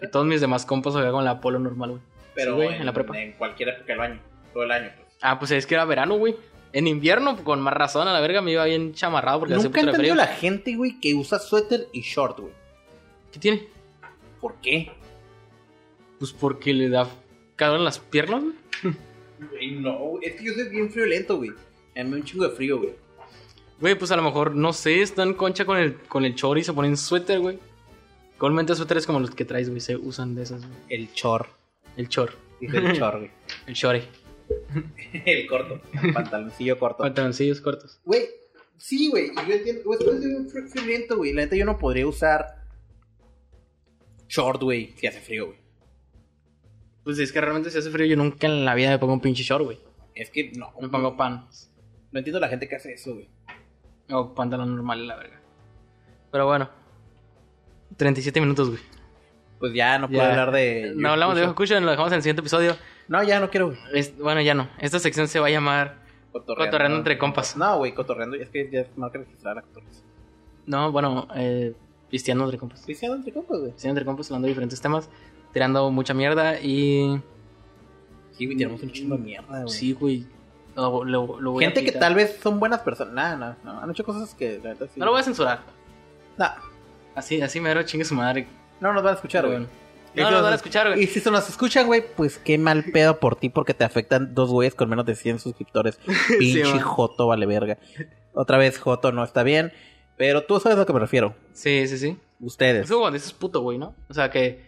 Speaker 1: Y todos mis demás compas había con la polo normal, güey.
Speaker 2: Pero
Speaker 1: Sí, güey,
Speaker 2: en,
Speaker 1: en la prepa.
Speaker 2: en cualquier época del año. Todo el año, pues.
Speaker 1: Ah, pues es que era verano, güey. En invierno, con más razón, a la verga me iba bien chamarrado porque hace
Speaker 2: Nunca he
Speaker 1: puto de
Speaker 2: entendido
Speaker 1: frío.
Speaker 2: la gente, güey, que usa suéter y short, güey.
Speaker 1: ¿Qué tiene?
Speaker 2: ¿Por qué?
Speaker 1: Pues porque le da calor en las piernas, güey.
Speaker 2: Güey, no, güey. es que yo soy bien friolento, güey. A mí me da un chingo de frío, güey.
Speaker 1: Güey, pues a lo mejor, no sé, están concha con el, con el chor y se ponen suéter, güey. Comúnmente suéteres como los que traes, güey, se usan de esas, güey.
Speaker 2: El chor.
Speaker 1: El chor,
Speaker 2: Dice
Speaker 1: (laughs)
Speaker 2: el chor, güey. (laughs)
Speaker 1: el chore.
Speaker 2: El corto. El pantaloncillo corto.
Speaker 1: Pantaloncillos cortos.
Speaker 2: Güey, sí, güey. y Yo entiendo. Güey, estoy bien fri- friolento, güey. La neta, yo no podría usar short, güey, si hace frío, güey.
Speaker 1: Pues es que realmente si hace frío, yo nunca en la vida me pongo un pinche short, güey.
Speaker 2: Es que no.
Speaker 1: Me pongo pan.
Speaker 2: No entiendo la gente que hace eso, güey.
Speaker 1: O pantalón normal, la verga. Pero bueno. 37 minutos, güey.
Speaker 2: Pues ya no puedo
Speaker 1: Ya.
Speaker 2: hablar de.
Speaker 1: No hablamos de
Speaker 2: Yokucho.
Speaker 1: Hokushan, lo dejamos en el siguiente episodio.
Speaker 2: No, ya no quiero, güey.
Speaker 1: Es- bueno, ya no. Esta sección se va a llamar Cotorreando entre compas.
Speaker 2: No, güey, cotorreando. Es que ya es marca registrada la cotorreando.
Speaker 1: No, bueno, eh, pisteando entre compas.
Speaker 2: Cristiano entre compas, güey.
Speaker 1: Pisteando entre compas, hablando de diferentes temas, tirando mucha mierda y.
Speaker 2: Sí, güey, tenemos un chingo de mierda, güey.
Speaker 1: Sí, güey. Lo, lo- lo voy a
Speaker 2: Gente que
Speaker 1: quitar.
Speaker 2: tal vez son buenas personas. Nada, no, no. Han hecho cosas que la verdad sí.
Speaker 1: No lo voy a censurar.
Speaker 2: Nah,
Speaker 1: Así, así mero chingue su madre.
Speaker 2: no nos van a escuchar, güey.
Speaker 1: Bueno. No, no, van a escuchar, güey.
Speaker 2: Y si se nos escuchan, güey, pues qué mal pedo por ti porque te afectan dos güeyes con menos de
Speaker 1: (laughs)
Speaker 2: 100 suscriptores. Pinche
Speaker 1: man.
Speaker 2: Joto, vale verga. Otra vez Joto no está bien, pero tú sabes a lo que me refiero.
Speaker 1: Sí, sí, sí. Es
Speaker 2: Ustedes.
Speaker 1: como cuando dices puto, güey, ¿no? O sea que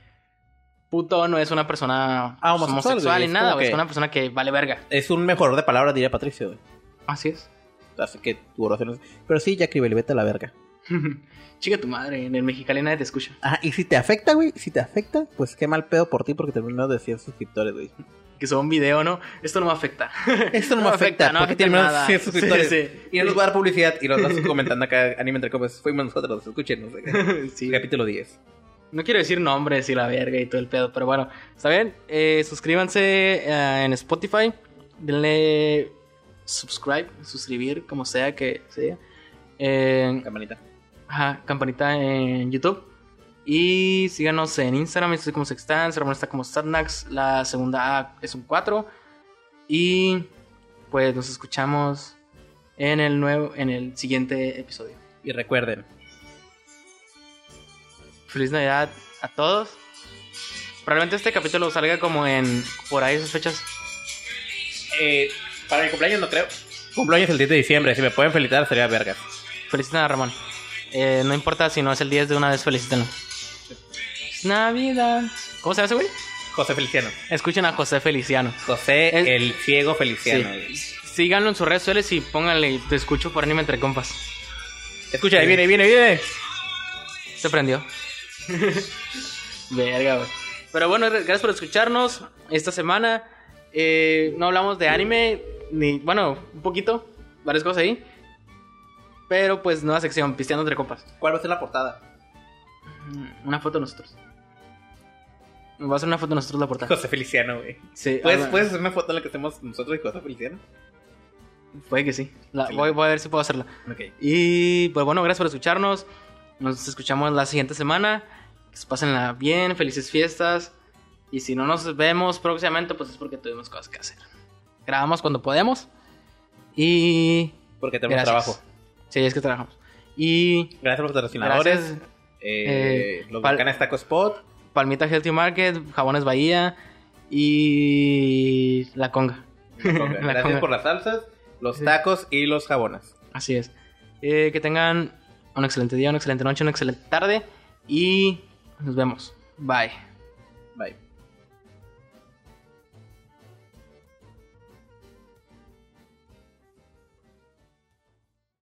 Speaker 1: puto no es una persona
Speaker 2: Ah,
Speaker 1: homosexual,
Speaker 2: homosexual,
Speaker 1: ni
Speaker 2: güey, es
Speaker 1: nada,
Speaker 2: como
Speaker 1: güey. Es
Speaker 2: que-
Speaker 1: una persona que vale verga.
Speaker 2: Es un mejor de palabras, diría Patricio, güey.
Speaker 1: Así es. (laughs)
Speaker 2: Así que tu oración es... Pero sí, ya Cribeli, vete a la verga.
Speaker 1: Chica tu madre, en el mexicali nadie te escucha.
Speaker 2: Ajá, y si te afecta, güey, si te afecta, pues qué mal pedo por ti porque te menos de 100
Speaker 1: (laughs)
Speaker 2: suscriptores, güey.
Speaker 1: Que son un video, ¿no? Esto no me afecta.
Speaker 2: Esto no me afecta,
Speaker 1: no me
Speaker 2: porque tiene menos de
Speaker 1: nada.
Speaker 2: 100
Speaker 1: Sí,
Speaker 2: (laughs) suscriptores.
Speaker 1: sí.
Speaker 2: Y no nos va a dar publicidad y los vas comentando acá, anime entre copas. Fuimos nosotros, escuchen, no sé qué.
Speaker 1: (laughs) Sí.
Speaker 2: Capítulo 10.
Speaker 1: No quiero decir nombres y la verga y todo el pedo, pero bueno, está bien. Eh, suscríbanse eh, en Spotify. Denle subscribe, suscribir, como sea que sea. Eh,
Speaker 2: Campanita.
Speaker 1: Ajá, campanita en YouTube. Y síganos en Instagram, estoy como Sextan, Ramón está como Statnax, la segunda A es un 4. Y pues nos escuchamos en el nuevo, en el siguiente episodio.
Speaker 2: Y recuerden,
Speaker 1: Feliz Navidad a todos. Probablemente este capítulo salga como en por ahí esas fechas.
Speaker 2: eh, para mi cumpleaños no creo. Cumpleaños el 10 de diciembre. Si me pueden felicitar, sería vergas.
Speaker 1: Felicitan a Ramón. Eh, no importa si no es el 10 de una vez, felicítenlo. Es Navidad. ¿Cómo se llama ese güey?
Speaker 2: José Feliciano.
Speaker 1: Escuchen a José Feliciano.
Speaker 2: José
Speaker 1: Es-
Speaker 2: el ciego Feliciano.
Speaker 1: Sí. Síganlo en sus redes sociales y pónganle te escucho por anime entre compas.
Speaker 2: Escucha, ahí viene, ahí viene, ahí viene.
Speaker 1: Se prendió. (laughs) Verga, güey. Pero bueno, gracias por escucharnos esta semana. Eh, no hablamos de anime, ni. Bueno, un poquito, varias cosas ahí. Pero pues nueva sección, pisteando entre compas.
Speaker 2: ¿Cuál va a ser la portada?
Speaker 1: Mm, Una foto de nosotros. Va a ser una foto de nosotros la (laughs) portada.
Speaker 2: José Feliciano, güey.
Speaker 1: Sí, ah,
Speaker 2: ¿Puedes,
Speaker 1: bueno,
Speaker 2: puedes hacer una foto en la que estemos nosotros y José Feliciano?
Speaker 1: Puede que sí. La-
Speaker 2: Sí.
Speaker 1: voy, voy a ver si puedo hacerla.
Speaker 2: Ok.
Speaker 1: Y pues bueno, gracias por escucharnos. Nos escuchamos la siguiente semana. Que se pásenla bien, felices fiestas. Y si no nos vemos próximamente, pues es porque tuvimos cosas que hacer. Grabamos cuando podemos. Y.
Speaker 2: Porque tenemos
Speaker 1: gracias.
Speaker 2: trabajo.
Speaker 1: Sí, es que trabajamos. Y.
Speaker 2: Gracias a los patrocinadores.
Speaker 1: Gracias.
Speaker 2: Eh,
Speaker 1: Eh,
Speaker 2: los
Speaker 1: pal-
Speaker 2: Bacanas
Speaker 1: (laughs)
Speaker 2: Taco Spot.
Speaker 1: Palmita Healthy Market, Jabones Bahía. Y. La Conga. La
Speaker 2: Gracias
Speaker 1: conga.
Speaker 2: por las salsas, los tacos y los jabones.
Speaker 1: Así es. Eh, que tengan un excelente día, una excelente noche, una excelente tarde. Y. Nos vemos. Bye.
Speaker 2: Bye.